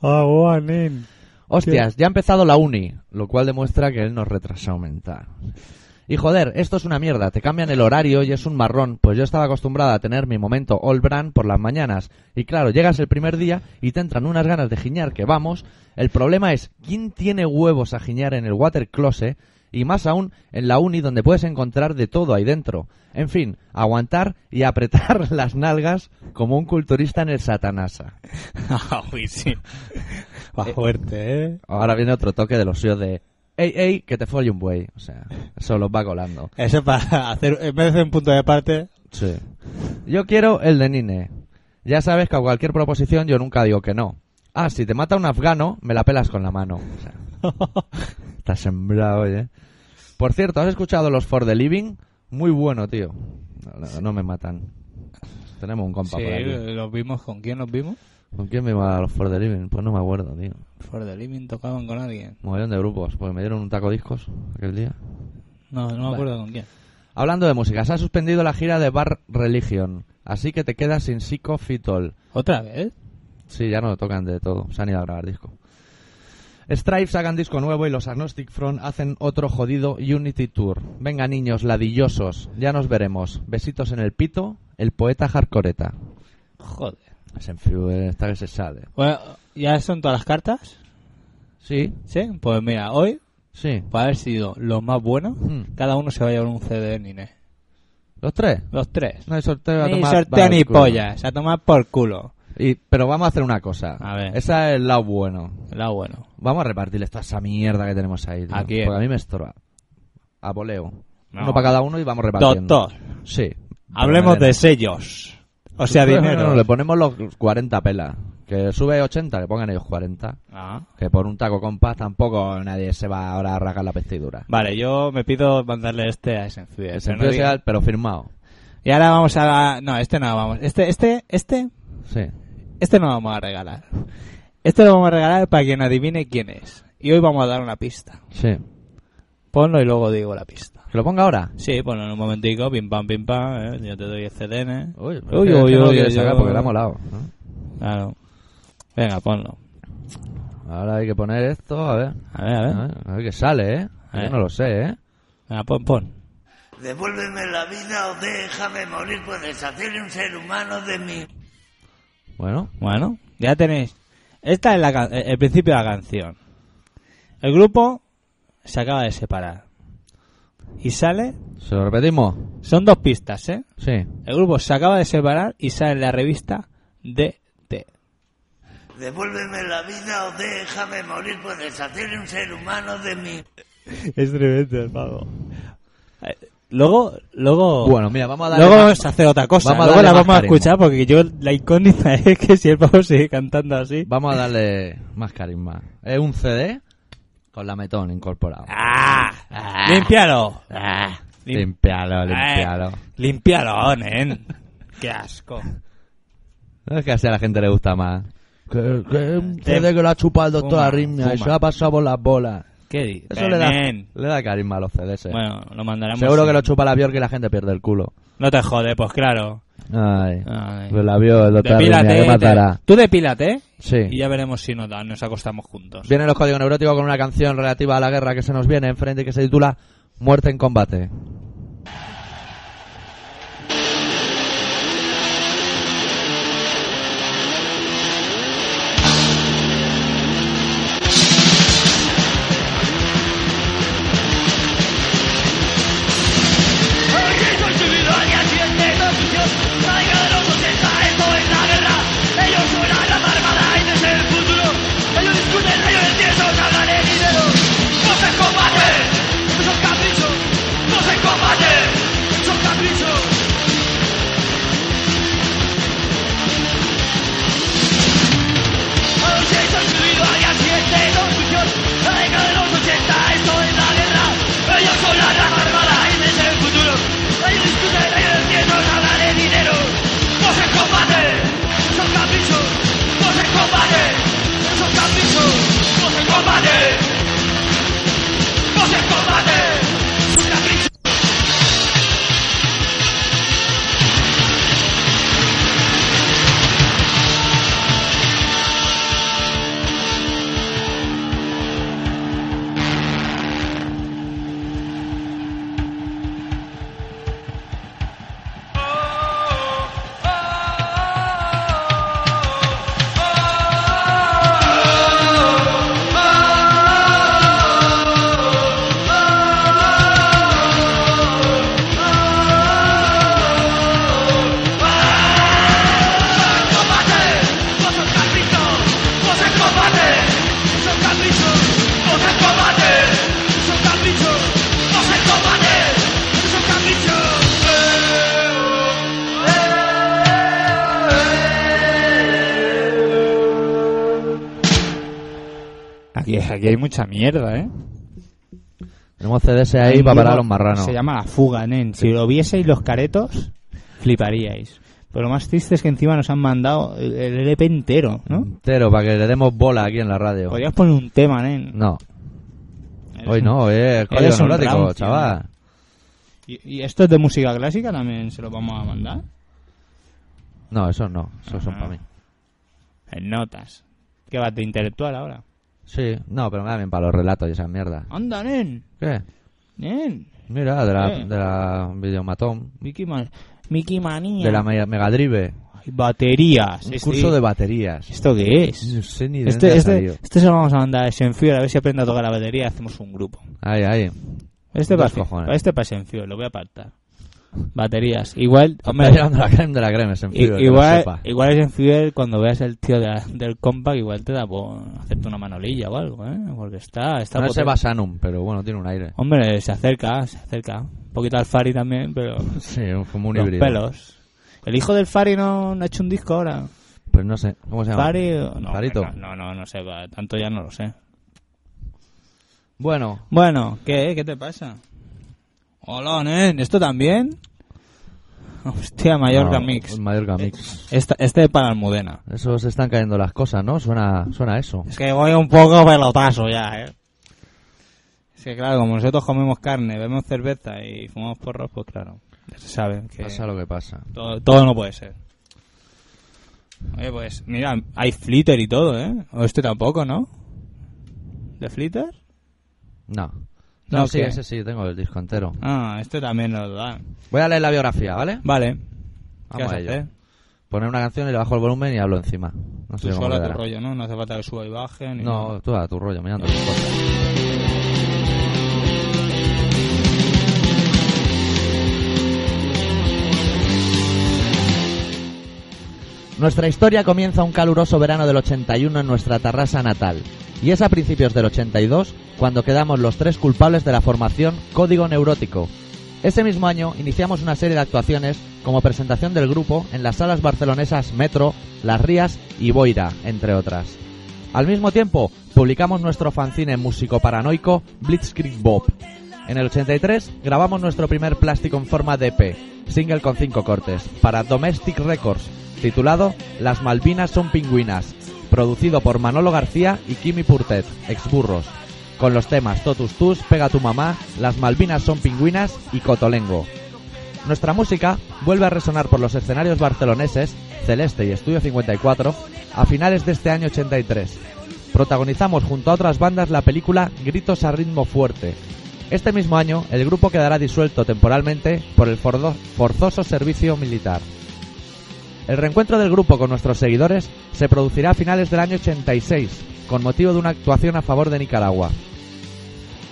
Au, anin. Hostias, ya ha empezado la uni, lo cual demuestra que él nos retrasó mental. Y joder, esto es una mierda, te cambian el horario y es un marrón, pues yo estaba acostumbrada a tener mi momento all brand por las mañanas. Y claro, llegas el primer día y te entran unas ganas de giñar que vamos. El problema es, ¿quién tiene huevos a giñar en el water closet? Y más aún en la uni donde puedes encontrar de todo ahí dentro. En fin, aguantar y apretar las nalgas como un culturista en el satanasa. Uy, sí. Va fuerte, ¿eh? Ahora viene otro toque de los suyos de Ey, ey, que te folle un buey. O sea, eso los va colando. Eso es para hacer, en vez de hacer un punto de parte, Sí. Yo quiero el de Nine. Ya sabes que a cualquier proposición yo nunca digo que no. Ah, si te mata un afgano, me la pelas con la mano. O sea, está sembrado, oye. Por cierto, ¿has escuchado los For the Living? Muy bueno, tío. No, no- no me matan. Tenemos un compa sí, eh. por aquí. los vimos, ¿con quién los vimos? ¿Con quién me iba a los For the Living? Pues no me acuerdo, tío. For the Living tocaban con alguien. Mogollón de grupos, porque me dieron un taco discos aquel día. No, no me acuerdo con quién. Hablando de música, se ha suspendido la gira de Bar Religion, así que te quedas sin psicofitol. ¿Otra vez? Sí, ya no lo tocan de todo, se han ido a grabar disco. Stripe sacan disco nuevo y los Agnostic Front hacen otro jodido Unity Tour. Venga niños, ladillosos, ya nos veremos. Besitos en el pito, el poeta Jarcoreta. Joder. Es en fin, esta vez se sale. Bueno, ¿ya son todas las cartas? Sí, Sí, pues mira, hoy, sí. para Pues haber sido lo más bueno, Mm. cada uno se va a llevar un CD de Nine. ¿Los tres? Los tres. No hay sorteo a ni tomar- sorteo vale, ni culo. pollas, a tomar por culo. Y- pero vamos a hacer una cosa. A ver. Esa es el lado bueno. La bueno. Vamos a repartirle toda esa mierda que tenemos ahí. tío. ¿A quién? Porque a mí me estorba. A voleo. No. Uno para cada uno y vamos repartiendo. Doctor, Sí. hablemos Pero de sellos. O sea, Bueno, dinero. no, le ponemos los 40 pelas. Que sube 80, le pongan ellos 40. Ah. Que por un taco compás tampoco nadie se va ahora a rasgar la vestidura. Vale, yo me pido mandarle este a Esencial. El sentido sea, pero firmado. Y ahora vamos a... No, este no vamos. Este, este, este, Sí. este no vamos a regalar. Este lo vamos a regalar para quien adivine quién es. Y hoy vamos a dar una pista. Sí. Ponlo y luego digo la pista. ¿Que lo ponga ahora? Sí, ponlo en un momentico, pim pam, pim pam, ¿eh? yo te doy el CDN. eh. uy, este Uy, es que uy, no lo uy, quiere uy, sacar uy. porque le ha molado. ¿no? Claro. Venga, ponlo. Ahora hay que poner esto, a ver. A ver, a A ver. ver, a ver qué sale, ¿eh? A Yo ver. no lo sé, ¿eh? Venga, pon, pon. Devuélveme la vida o déjame morir por deshacerle un ser humano de mí. Bueno. Bueno, ya tenéis. Esta es la can- el principio de la canción. El grupo se acaba de separar. Y sale... ¿Se lo repetimos? Son dos pistas, ¿eh? Sí. El grupo se acaba de separar y sale en la revista DT. Devuélveme la vida o déjame morir por deshacerle un ser humano de mí. Es tremendo el pago. Eh, Luego, luego... Bueno, mira, vamos a darle Luego más- vamos a hacer otra cosa. vamos a luego darle la más vamos a carisma. escuchar porque yo la incógnita es que si el pavo sigue cantando así. Vamos a darle más carisma. Es un CD con la metón incorporado. ¡Ah! ¡Límpialo! Lim- Limpialo, limpialo. Eh, ¡Límpialo, nen! ¡Qué asco! No es que así a la gente le gusta más. Que, que un CD que lo ha chupado el doctor Fuma, Arritmia y fuma. se lo ha pasado por las bolas. ¿Qué dices, Eso le da, nen? le da carisma a los CDs. eh. Bueno, lo mandaremos... Seguro que lo chupa la Bjork y la gente pierde el culo. No te jode, pues claro. Ay. Ay. Pues la vio el doctor Arritmia, Depílate. eh, que matará. te- Tú depílate, ¿eh? Sí. Y ya veremos si nos, da- nos acostamos juntos. Vienen los códigos neuróticos con una canción relativa a la guerra que se nos viene enfrente y que se titula Muerte en combate. Aquí con su ironía siente confusión Traiga de los 80, esto es la guerra Ellos suenan la marmada y desde el futuro Ellos discuten, ellos entienden, hablan en ideos No se combate, son caprichos No se combate, son caprichos A los seis han subido a las siete confusión La década de los 80, esto es la guerra Ellos son la rama armada y desde el futuro Ellos discuten, ellos entienden, hablan de dinero Aquí, aquí hay mucha mierda, ¿eh? Tenemos CDs ahí Hay para un parar a libro los marranos. Se llama La Fuga, nen. Si lo vieseis los caretos, fliparíais. Pero lo más triste es que encima nos han mandado el el LP entero, ¿no? Entero, para que le demos bola aquí en la radio. Podrías poner un tema, nen. No, Eres hoy un- no, hoy es código Eres un neurótico, round, tío. chaval. ¿Y, y esto es de música clásica? ¿También se lo vamos a mandar? No, esos no, esos son Ah. para mí. En notas. ¿Qué vas de intelectual ahora? Sí, no, pero me da bien para los relatos y esas mierdas. Anda, nen. ¿Qué? Nen. Mira, de la, ¿Qué? de la videomatón, Mickey, Man- Mickey Manía. de la me- Mega Drive, Ay, Baterías. un Este- curso de baterías. ¿Esto qué es? No sé ni de Este, dónde ha este, salido. este se lo vamos a mandar a Senfior a ver si aprende a tocar la batería. Hacemos un grupo. Ahí, ahí. Este Dos para, cojones. este para Senfior, lo voy a apartar. Baterías. Igual, hombre, Está llegando la creme de la creme, ese i- enfrío, que lo igual, sepa. igual Senfior, cuando veas el tío de la- del compact, igual te da por hacerte una manolilla o algo, ¿eh? Porque está. está No se potente. va Sanum, pero bueno, tiene un aire. Hombre, se acerca, se acerca. Un poquito al Fari también, pero. Sí, como un los híbrido. pelos. El hijo del Fari no, no ha hecho un disco ahora. Pues no sé, ¿cómo se llama? Fari. eh, No, Farito. no, no, no, no sé, va, tanto ya no lo sé. Bueno, Bueno, ¿qué? ¿Qué te pasa? Hola, nen, ¿esto también? Hostia, Mallorca no, Mix. Mallorca Mix. Esta, este es para Almudena. Eso se están cayendo las cosas, ¿no? Suena, suena eso. Es que voy un poco pelotazo ya, ¿eh? Es que claro, como nosotros comemos carne, bebemos cerveza y fumamos porros, pues claro, ya se sabe que Pasa lo que pasa. todo, todo no puede ser. Oye, pues mira, hay Flitter y todo, ¿eh? O este tampoco, ¿no? ¿De Flitter? No. No, No, sí, ¿qué? ese sí, tengo el disco entero. Ah, este también nos lo dan. Voy a leer la biografía, ¿vale? Vale. ¿Qué Vamos vas a a ello. hacer? Poner una canción y le bajo el volumen y hablo encima. No sé Tú cómo solo a tu quedará. rollo, ¿no? No hace falta que suba y baje. Ni nada. No, tú a tu rollo, mirando tus cosas. Nuestra historia comienza un caluroso verano del 81 en nuestra terraza natal. Y es a principios del 82 cuando quedamos los tres culpables de la formación Código Neurótico. Ese mismo año iniciamos una serie de actuaciones como presentación del grupo en las salas barcelonesas Metro, Las Rías y Boira, entre otras. Al mismo tiempo, publicamos nuestro fanzine músico paranoico Blitzkrieg Bob. En el 83 grabamos nuestro primer plástico en forma de EP, single con cinco cortes, para Domestic Records, titulado Las Malvinas son pingüinas, producido por Manolo García y Kimi Purtet, exburros, con los temas Totus Tus, Pega tu mamá, Las Malvinas son pingüinas y Cotolengo. Nuestra música vuelve a resonar por los escenarios barceloneses, Celeste y Estudio 54, a finales de este año 83. Protagonizamos junto a otras bandas la película Gritos a ritmo fuerte. Este mismo año, el grupo quedará disuelto temporalmente por el fordo- forzoso servicio militar. El reencuentro del grupo con nuestros seguidores se producirá a finales del año 86, con motivo de una actuación a favor de Nicaragua.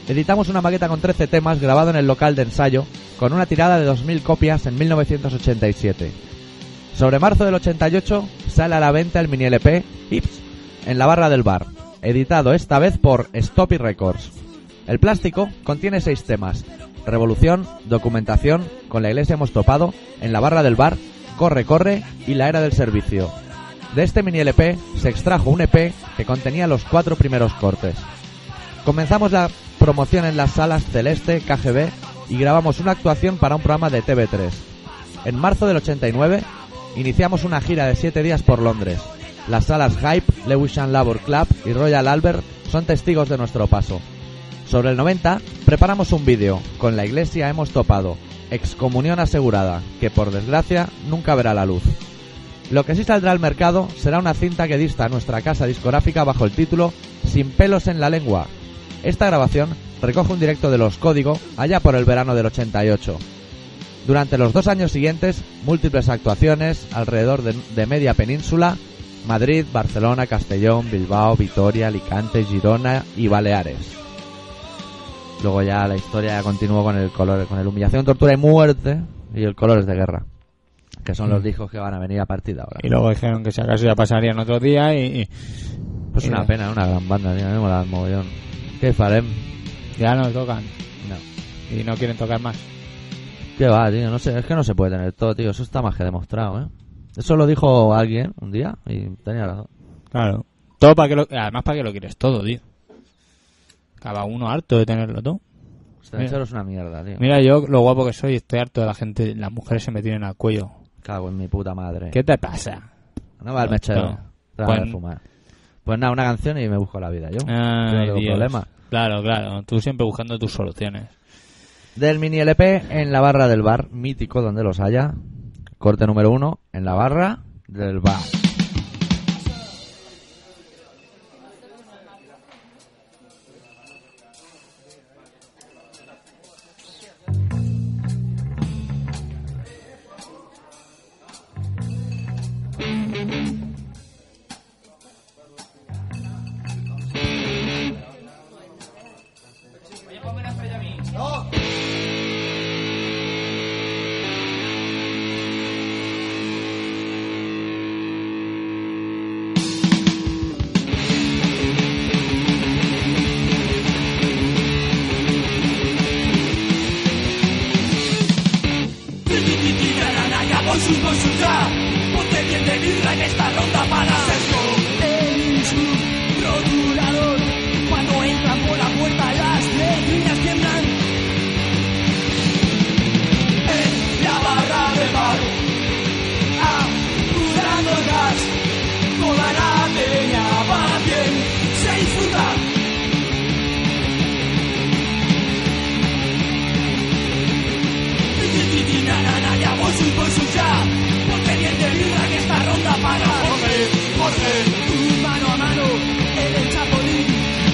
Editamos una maqueta con 13 temas grabado en el local de ensayo, con una tirada de 2.000 copias en 1987. Sobre marzo del 88 sale a la venta el mini LP Hips en la barra del bar, editado esta vez por Stoppy Records. El plástico contiene seis temas: Revolución, Documentación, Con la Iglesia hemos topado, En la barra del bar, Corre, corre y La era del servicio. De este mini LP se extrajo un EP que contenía los cuatro primeros cortes. Comenzamos la promoción en las salas Celeste, KGB y grabamos una actuación para un programa de TV3. En marzo del 89 iniciamos una gira de 7 días por Londres. Las salas Hype, Lewisham Labour Club y Royal Albert son testigos de nuestro paso. Sobre el 90 preparamos un vídeo, con la iglesia hemos topado, excomunión asegurada, que por desgracia nunca verá la luz. Lo que sí saldrá al mercado será una cinta que dista a nuestra casa discográfica bajo el título Sin pelos en la lengua. Esta grabación recoge un directo de los Código allá por el verano del 88. Durante los dos años siguientes, múltiples actuaciones alrededor de, de media península, Madrid, Barcelona, Castellón, Bilbao, Vitoria, Alicante, Girona y Baleares. Luego ya la historia ya continuó con el color, con el humillación, tortura y muerte y el colores de guerra, que son los discos que van a venir a partir de ahora. Mm. Y luego dijeron que si acaso ya pasarían otro día y, Es Mira. una pena, ¿eh? una gran banda, tío. A mí me mola el mogollón. ¿Qué farem? y ya nos tocan. No. Y no quieren tocar más. ¿Qué va, tío? No sé, es que no se puede tener todo, tío. Eso está más que demostrado, ¿eh? Eso lo dijo alguien un día y tenía razón. Claro. Todo para que lo... Además, para que lo quieres todo, tío. Cada uno harto de tenerlo todo. Hostia, eso Este es una mierda, tío. Mira yo lo guapo que soy, estoy harto de la gente, las mujeres se me tienen al cuello. Cago en mi puta madre. ¿Qué te pasa? No va al mechero. Esto. Te va a Pues- fumar. Pues nada, una canción y me busco la vida yo. Ay, Yo no tengo Dios. problema. Claro, claro, tú siempre buscando tus soluciones. Del mini LP en la barra del bar, mítico donde los haya. Corte número uno, en la barra del bar. Cuando entran por la puerta las letrinas tiemblan En la barra del bar Apurando el gas Toda la peña va bien Se disfruta Ti, ti, ti, ti, na, na, na, Ya voy sus, voy sus ya Ponte bien de vida que esta ronda para Corre, corre Mano a mano en el chapolín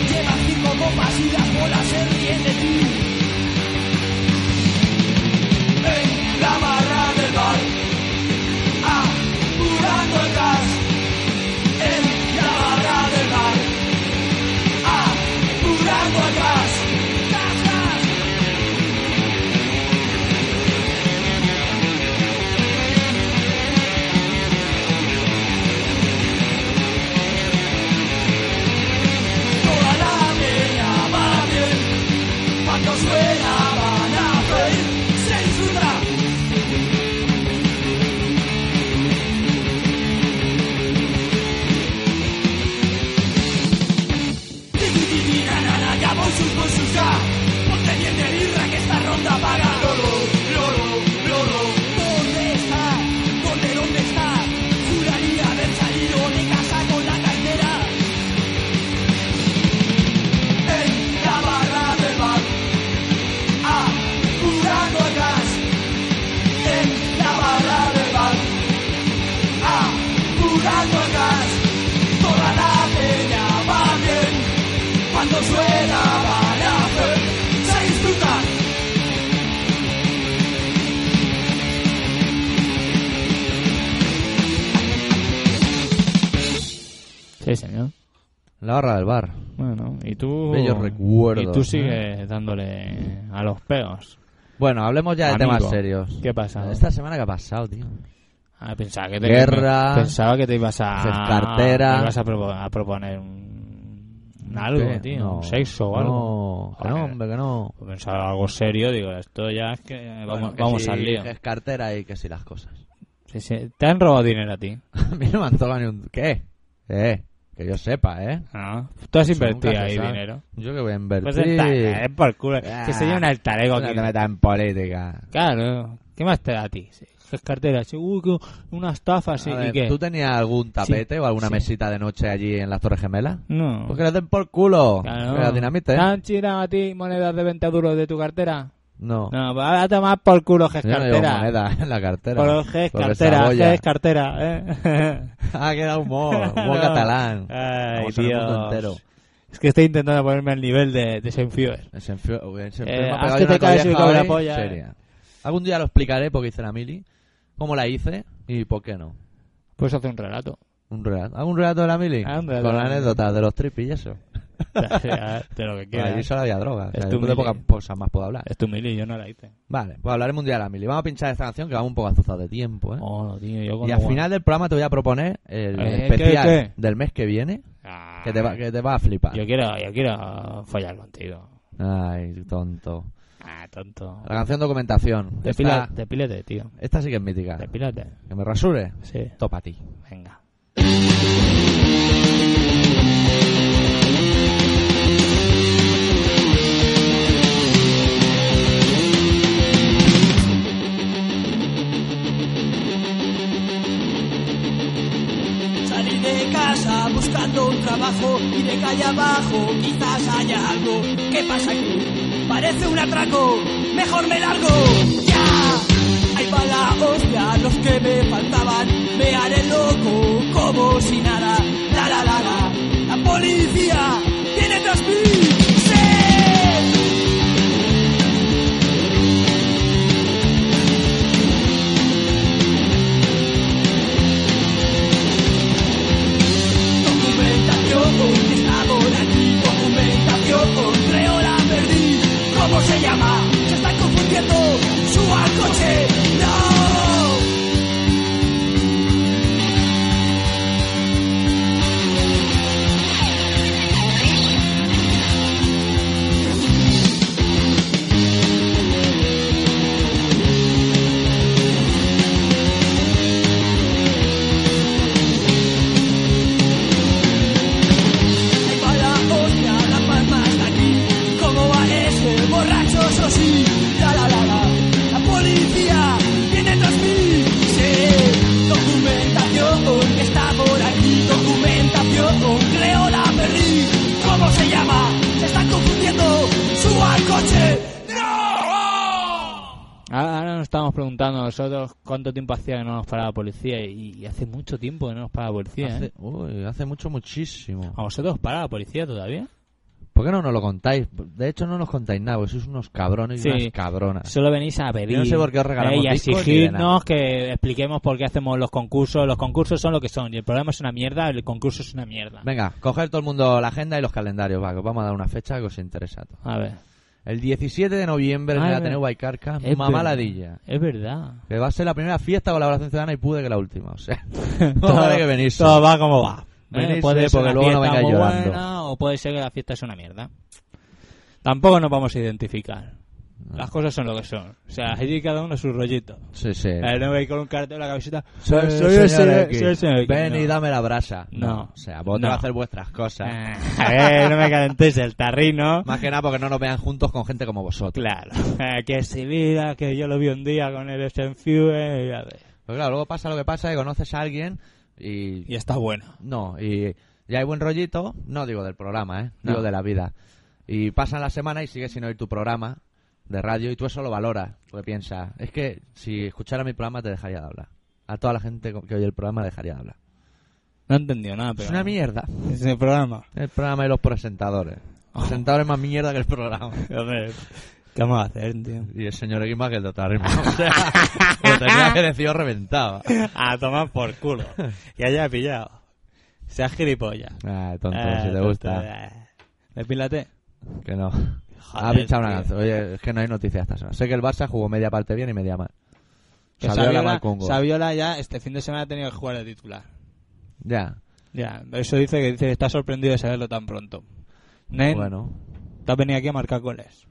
Lleva cinco copas y las bolas se ríen de ti En la barra del bar Apurando el gas En la barra del bar Apurando el gas Gas, gas toda la peña va bien. Cuando suena van a reír, se disfruta. Ti, ti, ti, ti, na, na, na, ya voy sus, voy sus, ya. Ponte bien de birra que esta ronda paga. Loro, loro, loro. ¿Dónde está? ¿Dónde, dónde está? Juraría haber salido de casa con la cartera. En la barra del bar, apurando el gas. En la barra del bar, apurando el gas. Toda la peña va bien. Cuando suena van a hacer, se disfruta. Sí, señor. En la barra del bar. Bueno, y tú... Bellos recuerdos, Y tú ¿eh? sigues dándole a los peos. Bueno, hablemos ya de Amigo, temas serios. ¿Qué pasa? Esta semana que ha pasado, tío. Ah, pensaba que te, Guerra. pensaba que te ibas a... Cartera. te ibas a, propo- a proponer un, un algo, ¿Qué? tío. No. Un sexo o algo. No, que no, Joder. hombre, que no. Pensaba algo serio, digo, esto ya es que... eh, Vamos, Bueno, que vamos si- al lío. Que es cartera y que si las cosas. Sí, sí. Te han robado dinero a ti. A mí no me han tocado ni un... ¿Qué? ¿Qué? Que yo sepa, ¿eh? Ah, Tú has Eso invertido nunca se ahí sabe. dinero. Yo que voy a Pues invertir. Ah. el ta- es por culo. que se lleve un altarego No aquí. te metas en política. Claro, ¿qué más te da a ti? Sí, Es cartera, sí, uy, que una estafa, Ah, sí, A ¿y ver, qué? ¿Tú tenías algún tapete o alguna sí. mesita de noche allí en las Torres Gemelas? No. Pues que le den por culo. Claro. Que ¿eh? la dinamite. ¿Te han tirado a ti monedas de 20 duros de tu cartera? No. No, pues ahora tomar por culo, que es Yo no llevo cartera. moneda en la cartera. por que es Por esa cartera, boya. que es cartera, ¿eh? Ah, que era humor. Humor No. catalán. Ay, Vamos en el mundo entero. Dios. Es que estoy intentando ponerme al nivel de, de Seinfeld. Ese enfio- uy, ese Eh, enfermo ha haz pegado que una te caes y colleja cabe la hoy polla, eh. seria. Algún día lo explicaré porque hice la mili. Cómo la hice y por qué no. Pues hace un relato. Un relato. ¿Algún relato de la mili? Ah, un relato Con de la anécdotas de los trips y eso. de lo que Por allí quieras. solo había drogas. Es O sea, tu yo de mili. pocas cosas más puedo hablar. Es tu mili, yo no la hice. Vale, pues hablaremos un día de la mili. Vamos a pinchar esta canción que vamos un poco azuzados de tiempo, ¿eh? Oh, no, tío, yo y cuando al final del programa te voy a proponer el Eh, especial ¿qué, qué? del mes que viene Ah, que te va, que te va a flipar. Yo quiero, yo quiero follar contigo. Ay, tonto. Ah, tonto. La canción documentación. Esta, Depila- Depílate, tío. esta sí que es mítica. Depílate. Que me rasure. Sí. Topa a ti. Venga. Depílate, de casa buscando un trabajo y de calle abajo quizás haya algo. ¿Qué pasa aquí? Parece un atraco, mejor me largo. ¡Ya! Ahí va la hostia, los que me faltaban, me haré loco como si nada. La la la la, la policía tiene tras mí. ¡Sí! Documentación, estamos aquí, documentación, creo la perdí. ¿Cómo se llama? Se está confundiendo, suba al coche, no. Ahí va la hostia, la palma está aquí. ¿Cómo va ese borracho? Eso sí, la la la la. La policía viene tras mí. Sí, documentación que está por aquí. Documentación, creo la perdí. ¿Cómo se llama? Se están confundiendo. Suba al coche. ¡No! Ahora ahora nos estamos preguntando nosotros cuánto tiempo hacía que no nos paraba la policía y, y hace mucho tiempo que no nos para la policía. ¿eh? Hace, uy, hace mucho, muchísimo. ¿A vosotros os para la policía todavía? ¿Por qué no nos lo contáis? De hecho, no nos contáis nada, porque sois unos cabrones y Sí. unas cabronas. Ah. Solo venís a pedir Yo no sé por qué os regalamos eh, y a discos ni de exigirnos que expliquemos por qué hacemos los concursos. Los concursos son lo que son y el programa es una mierda, el concurso es una mierda. Venga, coger todo el mundo la agenda y los calendarios, va, que os vamos a dar una fecha que os interesa. a todos. A ver, El 17 de noviembre en Ay, el ve- Ateneo Baicarca, es Mamaladilla. es verdad. Que va a ser la primera fiesta de colaboración ciudadana y pude que la última, o sea. no vale que venís. todo va como va. Eh, Venirse, puede ser porque que luego no la fiesta vengáis muy llorando. buena o puede ser que la fiesta es una mierda. Tampoco nos vamos a identificar. Ah. Las cosas son lo que son. O sea, allí cada uno su rollito. Sí, sí. Eh, no veis con un cartel en la camiseta. Soy, eh, soy el señor X. soy el señor X. Ven No. y dame la brasa. No. O sea, vos No. te vas a hacer vuestras cosas. Eh, a ver, no me calentéis el tarrino. Más que nada porque no nos vean juntos con gente como vosotros. Claro. Eh, que si vida, que yo lo vi un día con el Senfue. a ver. Pero claro, luego pasa lo que pasa, que conoces a alguien y... Y está bueno. No, y, y hay buen rollito, no digo del programa, ¿eh? No. Digo de la vida. Y pasan la semana y sigues sin oír tu programa de radio y tú eso lo valoras, porque piensas, es que si escuchara mi programa te dejaría de hablar. A toda la gente que oye el programa dejaría de hablar. No he entendido nada, pero. Es una mierda. Ese programa. El programa y los presentadores. Los presentadores más mierda que el programa. Hombre, ¿qué vamos a hacer, tío? Y el señor X más que el doctor Ritmo. O sea, lo tenía que decir, os reventaba. A tomar por culo. Y haya pillado. Seas gilipollas. Ah, tonto, Eh, si te tonto, gusta. eh. Depílate. Que no. ha Joder, pinchado una tío. canción. Oye, es que no hay noticias a estas horas. Sé que el Barça jugó media parte bien y media mal. Que Sabiola Saviola, va al Congo. Saviola ya este fin de semana ha tenido que jugar de titular. Ya. Ya, eso dice que dice que está sorprendido de saberlo tan pronto. Nen, Bueno. te has venido aquí a marcar goles.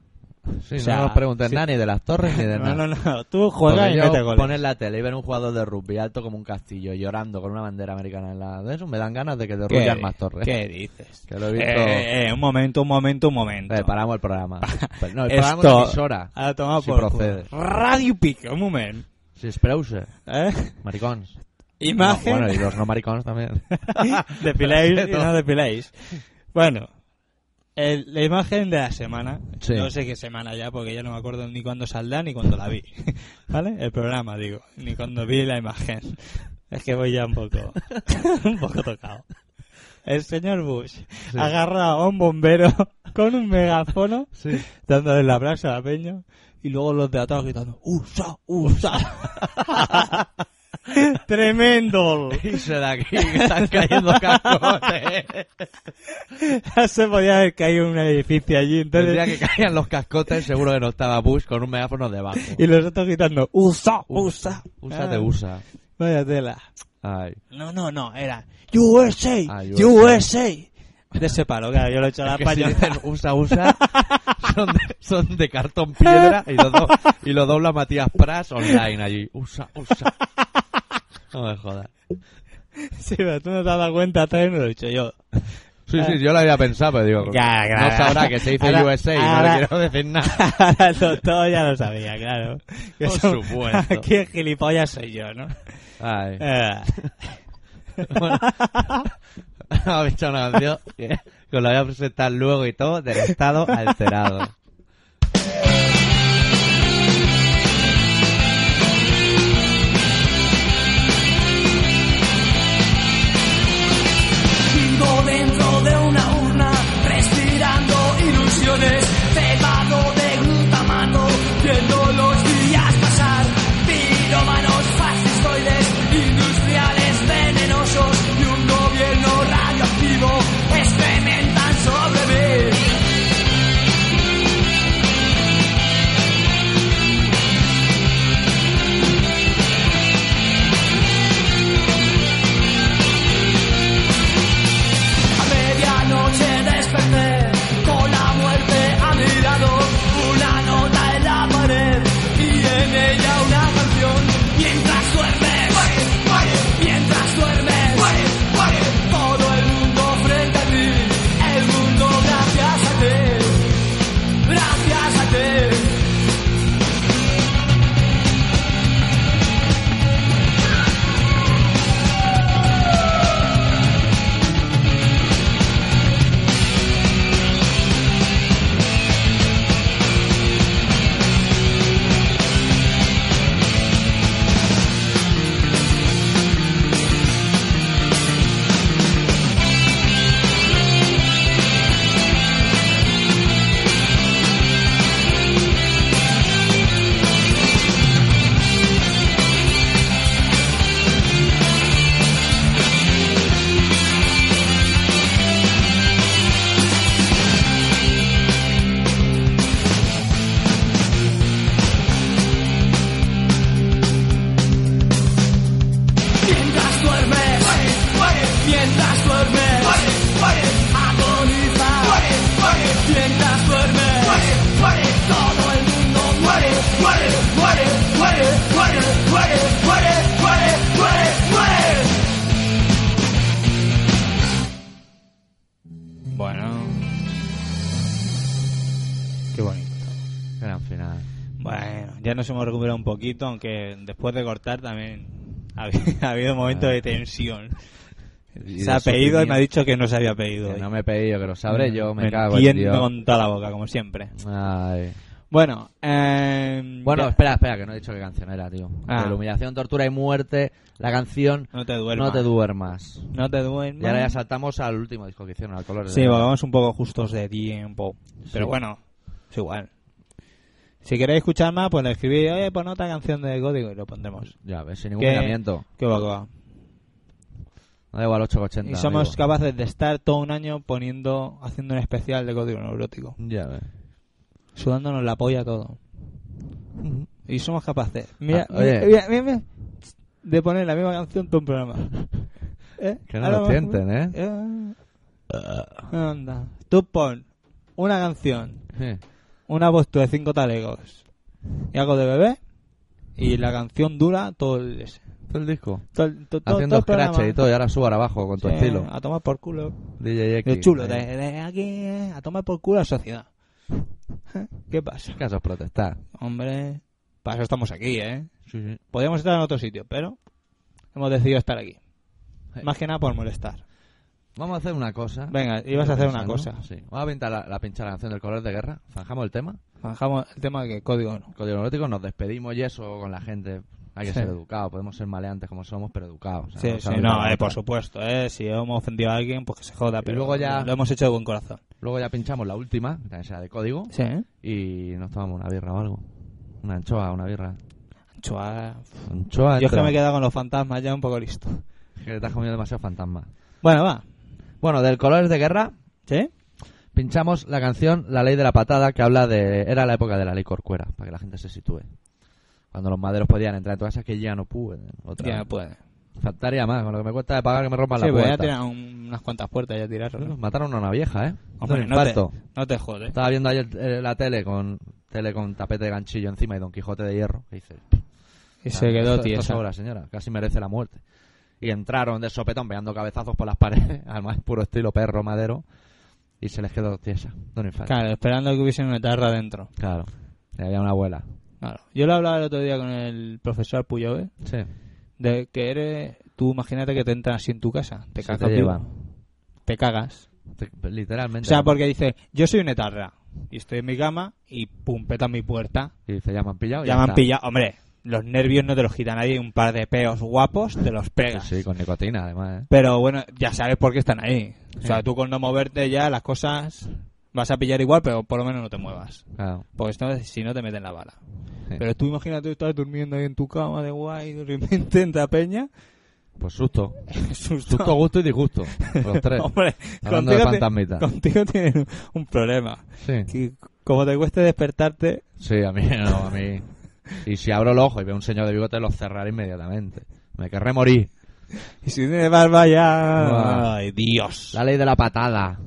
Sí, O sea, no nos preguntes ¿Eh? sí. nada ni de las torres ni de nada. No, no, no. Tú juegas Porque y yo mete goles. poner la tele y ver un jugador de rugby alto como un castillo llorando con una bandera americana en la de eso me dan ganas de que ¿Qué derruyan di- más torres. ¿Qué dices? Que lo he visto- Eh, eh, un momento, un momento, un momento. Eh, paramos el programa. Pa- No, el Esto- Ah. programa de emisora. A tomar Si por procede. culo. Radio Pico, un momento. Si es Preuser. ¿Eh? Maricons. Imagen. No, bueno, y los no maricons también. depiláis y Respeto. no depiláis. Bueno, el- la imagen de la semana. Sí. No sé qué semana ya, porque ya no me acuerdo ni cuándo saldrá ni cuándo la vi. ¿Vale? El programa, digo. Ni cuándo vi la imagen. Es que voy ya un poco, un poco tocado. El señor Bush agarra a un bombero con un megafono Sí. dándole la brasa a la peña y luego los de atrás gritando ¡Usa! ¡Usa! ¡Tremendo! Y se da aquí, que están cayendo cascotes. Ya se podía haber caído un edificio allí, El entonces... día que caían los cascotes, seguro que no estaba Bush con un megáfono debajo. Y los otros gritando, USA, USA. Usa de Ah, usa. Vaya tela. Ay. No, no, no, era USA, Ah, USA. De ese palo, claro, yo lo he hecho a la Que si paña. dicen usa, usa, son de, son de cartón piedra y lo, do- y lo dobla Matías Pras online allí. Usa, usa. No me jodas. Sí, pero tú no te has dado cuenta, hasta que me lo he dicho yo. Sí, sí, yo lo había pensado, pero digo, Ya, claro. no sabrá que se dice Ahora- USA y ahora- no le quiero decir nada. Ahora todo, todo ya lo sabía, claro. Que Por son- supuesto. Aquí el gilipollas soy yo, ¿no? Ay. Eh, Bueno, hemos hecho una canción que, que os la voy a presentar luego y todo, del estado alterado. Vivo dentro de una urna, respirando ilusiones, cebado de glutamato, viendo los días pasar. Pirómanos fascistoides, industriales venenosos y un gobierno radioactivo experimentan sobre mí. A medianoche desperté con la muerte a mi lado, una nota en la pared y en ella una canción. Mientras duermes, mientras duermes, todo el mundo frente a ti, el mundo gracias a ti, gracias a ti. Mientras duermes, mientras duermes, agoniza, mientras duermes, todo el mundo muere, muere, muere, muere, muere, muere, muere, muere, muere, muere. Bueno. Qué bonito. Gran final. Bueno, ya nos hemos recuperado un poquito, aunque después de cortar también ha habi- ha habido momentos de tensión. Ah. Y Se de ha pedido y me ha sufrimiento. dicho que no se había pedido. Que hoy. no me he pedido, que lo sabré yo, me, Me cago en entiendo Dios. con toda la boca, como siempre. Ay. Bueno, eh, Bueno, ya- espera, espera, que no he dicho qué canción era, tío. Ah. De la humillación, tortura y muerte, la canción no te duermas. No te duermas. No te duermas. Y ahora ya saltamos al último disco que hicieron, al color Sí, porque vamos un poco justos de tiempo. Pero Sí. bueno, es igual. Si queréis escuchar más, pues le escribí, oye, pon otra canción de código y lo pondremos. Ya ves, sin ningún ¿Qué? miramiento. Qué va, qué va. No da igual 880. Y somos amigo. capaces de estar todo un año poniendo, haciendo un especial de código neurótico. Ya ves. Sudándonos la polla todo. Y somos capaces. Mira, Ah, oye. mira, mira, mira, de poner la misma canción todo un programa. ¿Eh? Que no Ahora lo vamos- sienten, ¿eh? Eh, Anda. Tú pon una canción una postura de cinco talegos y algo de bebé y la canción dura todo el ese. Todo el disco. todo, el- to- to- todo Haciendo el programa. scratch y todo, y ahora subo ahora abajo con tu Sí, estilo. a tomar por culo DJ X. lo chulo Ahí. de, de aquí eh, a tomar por culo a la sociedad ¿Eh? ¿qué pasa? Casos protestar. hombre para eso estamos aquí ¿eh? Sí, sí. podríamos estar en otro sitio pero hemos decidido estar aquí más que nada por molestar Vamos a hacer una cosa. venga ibas a hacer una Pensando. cosa Sí. Vamos a pintar la, la pinchar la canción del color de guerra. Zanjamos el tema. bajamos el tema que código no Código Neurótico, nos despedimos y eso con la gente. Hay que Sí. ser educados. Podemos ser maleantes como somos, pero educados. O sea, Sí, no sí, salir a no, la eh, por otra. supuesto, eh, si hemos ofendido a alguien, pues que se joda, pero luego ya- lo hemos hecho de buen corazón. Luego ya pinchamos la última, que también será de código. Sí, ¿eh? Y nos tomamos una birra o algo. Una anchoa, una birra. Chua. Anchoa, Yo es que entra. me he quedado con los fantasmas ya un poco listo. Que te has comido demasiado fantasma. Bueno, va. Bueno, del Colores de Guerra ¿Sí? pinchamos la canción La Ley de la Patada que habla de... Era la época de la ley corcuera, para que la gente se sitúe. Cuando los maderos podían entrar en tu casa que ya no pueden. Otra Ya vez. puede. Faltaría más, con lo que me cuesta de pagar que me rompan Sí, la pues ya puerta. tiran un- unas cuantas puertas, ya tiraron. Nos ¿no? Mataron a una vieja, ¿eh? Hombre, Un no te, infarto. no te jodes. Estaba viendo ayer eh, la tele con tele con tapete de ganchillo encima y Don Quijote de hierro. Que dices, Y Claro, se quedó esto- esto tiesa. sobra, señora. Casi merece la muerte. Y entraron de sopetón pegando cabezazos por las paredes, al más puro estilo perro madero, y se les quedó tiesa. De un infarto. Claro, esperando que hubiese una tarra dentro. Claro. Y había una abuela. Claro. Yo lo hablaba el otro día con el profesor Puyove, Sí. de que eres... Tú imagínate que te entran así en tu casa. Te Se cagas. te vivo. lleva. Te cagas. Te- literalmente. O sea, porque dice, yo soy un etarra. Y estoy en mi cama y pum, peta mi puerta. Y se llaman pillado. y Ya me han está. pillado. Hombre, los nervios no te los quita nadie. Un par de peos guapos te los pegas. Sí, con nicotina, además. ¿eh? Pero bueno, ya sabes por qué están ahí. O sea, Sí. tú con no moverte ya las cosas vas a pillar igual, pero por lo menos no te muevas. Claro. Porque si no- si no te meten la bala. Sí. Pero tú imagínate estar durmiendo ahí en tu cama de guay, de repente en la peña. Pues susto. Susto. Susto, gusto y disgusto. Los tres. Hombre, Hablando de contigo, te- fantasmitas. contigo tienen un problema. Sí. Que como te cueste despertarte, Sí, a mí no, a mí. Y si abro los ojos y veo un señor de bigote, los cerraré inmediatamente. Me querré morir. y si tienes barba ya... Ah. ¡Ay, Dios! La ley de la patada.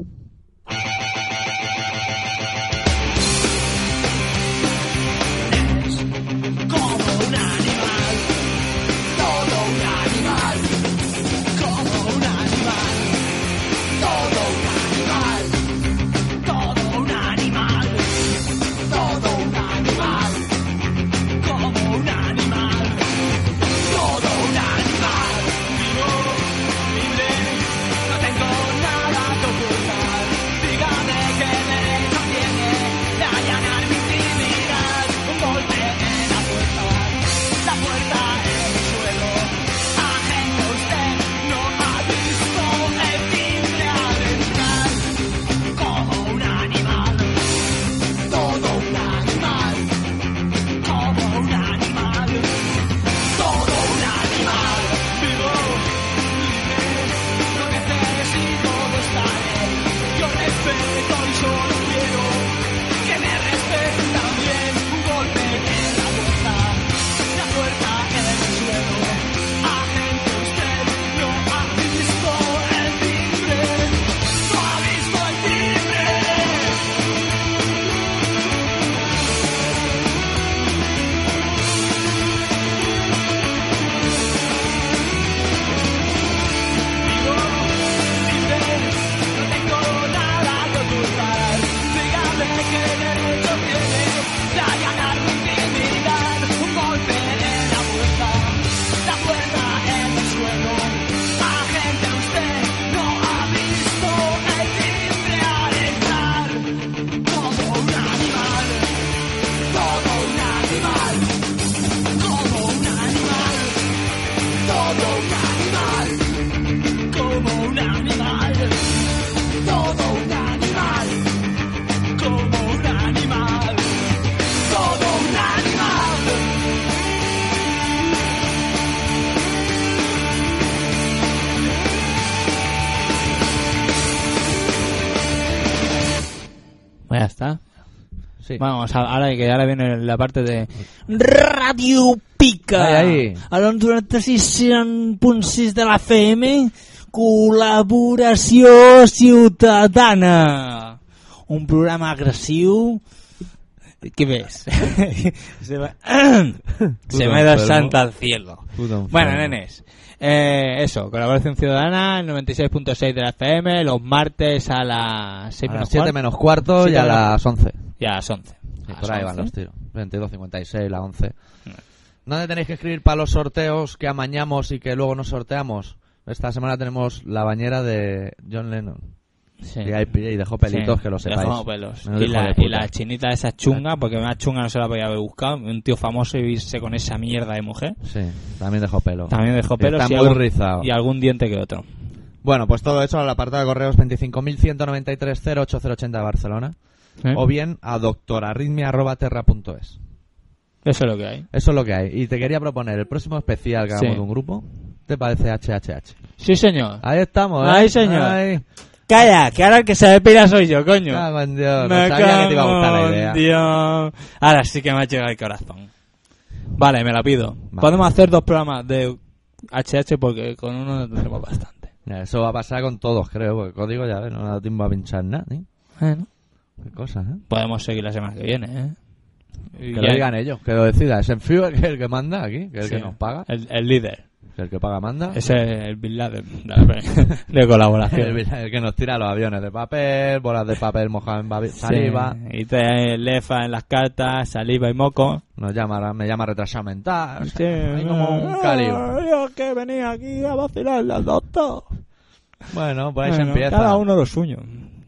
Bueno, Pues ya está. Sí. Vamos, a- ahora que ahora viene la parte de Radio Pica. Ai, ai. A la 96.6 de la FM, col·laboració ciutadana. Un programa agressiu... Què més? Se va... Se me da enfermo. santa al cielo. Puto Bueno, enfermo. nenes, eh, eso, colaboración ciudadana, 96.6 de la FM, los martes a las 6 A las 7 menos cuarto Siete y a menos- las 11. y a las 11. Sí, A las por ahí van 11. los tiros. 22.56, la 11. ¿Dónde tenéis que escribir para los sorteos que amañamos y que luego nos sorteamos? Esta semana tenemos la bañera de John Lennon. Sí. Y, ahí pillé y dejó pelitos, Sí, que lo dejó sepáis. pelos. Menudo Y hijo la, de y puta. la chinita esa chunga, porque una chunga no se la podía haber buscado. Un tío famoso y irse con esa mierda de mujer. Sí, también dejó pelo. También dejó pelos Está y, muy algún, rizado. y algún diente que otro. Bueno, pues todo eso al apartado de correos 25.193.08080 de Barcelona. ¿Eh? O bien a doctorarritmia.terra.es. Eso es lo que hay. Eso es lo que hay. Y te quería proponer el próximo especial que Sí. hagamos de un grupo. ¿Te parece HHH? Sí, señor. Ahí estamos, ¿eh? Ahí, señor. Ahí. Calla, que ahora el que se despira soy yo, coño. Cago en Dios, no Me sabía que te iba a cago gustar la en idea. Dios. Ahora sí que me ha llegado el corazón. Vale, me la pido. Vale. Podemos hacer dos programas de HH porque con uno tendremos bastante. Mira, Eso va a pasar con todos, creo, porque código ya ves, no me ha dado tiempo a pinchar nada, ¿eh? Bueno. Qué cosas, ¿eh? Podemos seguir la semana que viene, ¿eh? Y Que lo ya- digan ellos, que lo decida. Es en Fiu el que el que manda aquí, que es el Sí, que nos paga. El, el líder. que el que paga manda. Ese es el Bin Laden de, de el, colaboración. el que nos tira los aviones de papel, bolas de papel mojadas en babi- saliva. Sí, Y te lefa en las cartas, saliva y moco. Nos llama, me llama retrasado mental. o sea, Sí, hay como un ah, calibre. Yo que venía aquí a vacilar las doctor. Bueno, por ahí se Bueno, empieza. Cada uno lo suyo.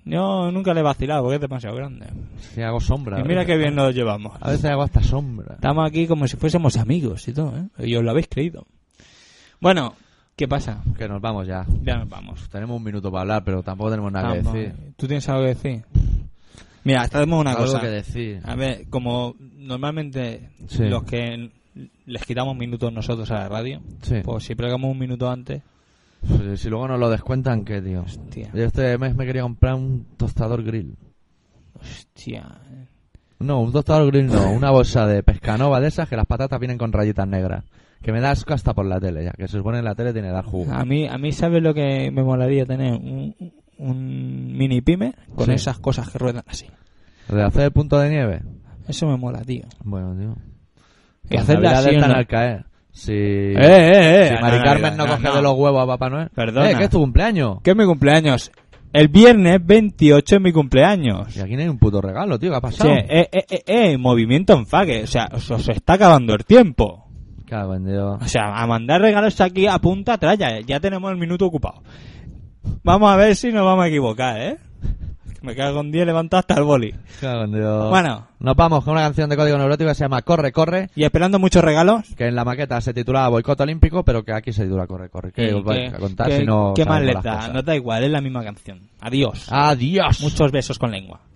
Yo nunca le he vacilado porque es demasiado grande. Sí, hago sombra. y mira ¿eh? qué bien nos llevamos. A veces hago hasta sombra. Estamos aquí como si fuésemos amigos y todo, ¿eh? Y os lo habéis creído. Bueno, ¿qué pasa? Que nos vamos ya. Pues Ya nos vamos. Tenemos un minuto para hablar, pero tampoco tenemos nada Vamos. que decir. ¿Tú tienes algo que decir? Mira, hacemos una Algo cosa. Ah, que decir. A ver, como normalmente Sí. los que les quitamos minutos nosotros a la radio, Sí. pues si plegamos un minuto antes, Pues si luego nos lo descuentan, ¿qué, tío? hostia, Yo este mes me quería comprar un tostador grill. hostia. No, un tostador grill no, una bolsa de pescanova de esas que las patatas vienen con rayitas negras. Que me da asco hasta por la tele, ya que se supone que la tele tiene que dar jugo. A mí, a mí ¿sabes lo que me molaría tener? Un, un mini pyme con Sí. esas cosas que ruedan así. ¿Lo de hacer el punto de nieve? Eso me mola, tío. Bueno, tío. Y Las hacerla navidades así. ¿o están no? al caer. Si, Eh, eh, eh. si Ah, Mari Carmen no, no, coge no. de los huevos a Papá Noel. Perdona. Eh, que es tu cumpleaños. Que es mi cumpleaños. El viernes 28 es mi cumpleaños. Y aquí no hay un puto regalo, tío. ¿Qué ha Sí, pasado? eh, eh, eh, eh, movimiento en faque. O sea, os, os está acabando el tiempo. Cago en Dios. O sea, a mandar regalos aquí a punta atrás. Ya, ya tenemos el minuto ocupado. Vamos a ver si nos vamos a equivocar, ¿eh? Me cago en 10 levantado hasta el boli. Cago en Dios. Bueno, Nos vamos con una canción de código neurótico que se llama Corre, corre. y esperando muchos regalos. Que en la maqueta se titulaba Boicot Olímpico, pero que aquí se titula Corre, corre. ¿Qué Y os vais que- a contar que- si no ¿Qué más sabemos le las da? cosas? No da igual, es la misma canción. Adiós. Adiós. Muchos besos con lengua. ¡Eh,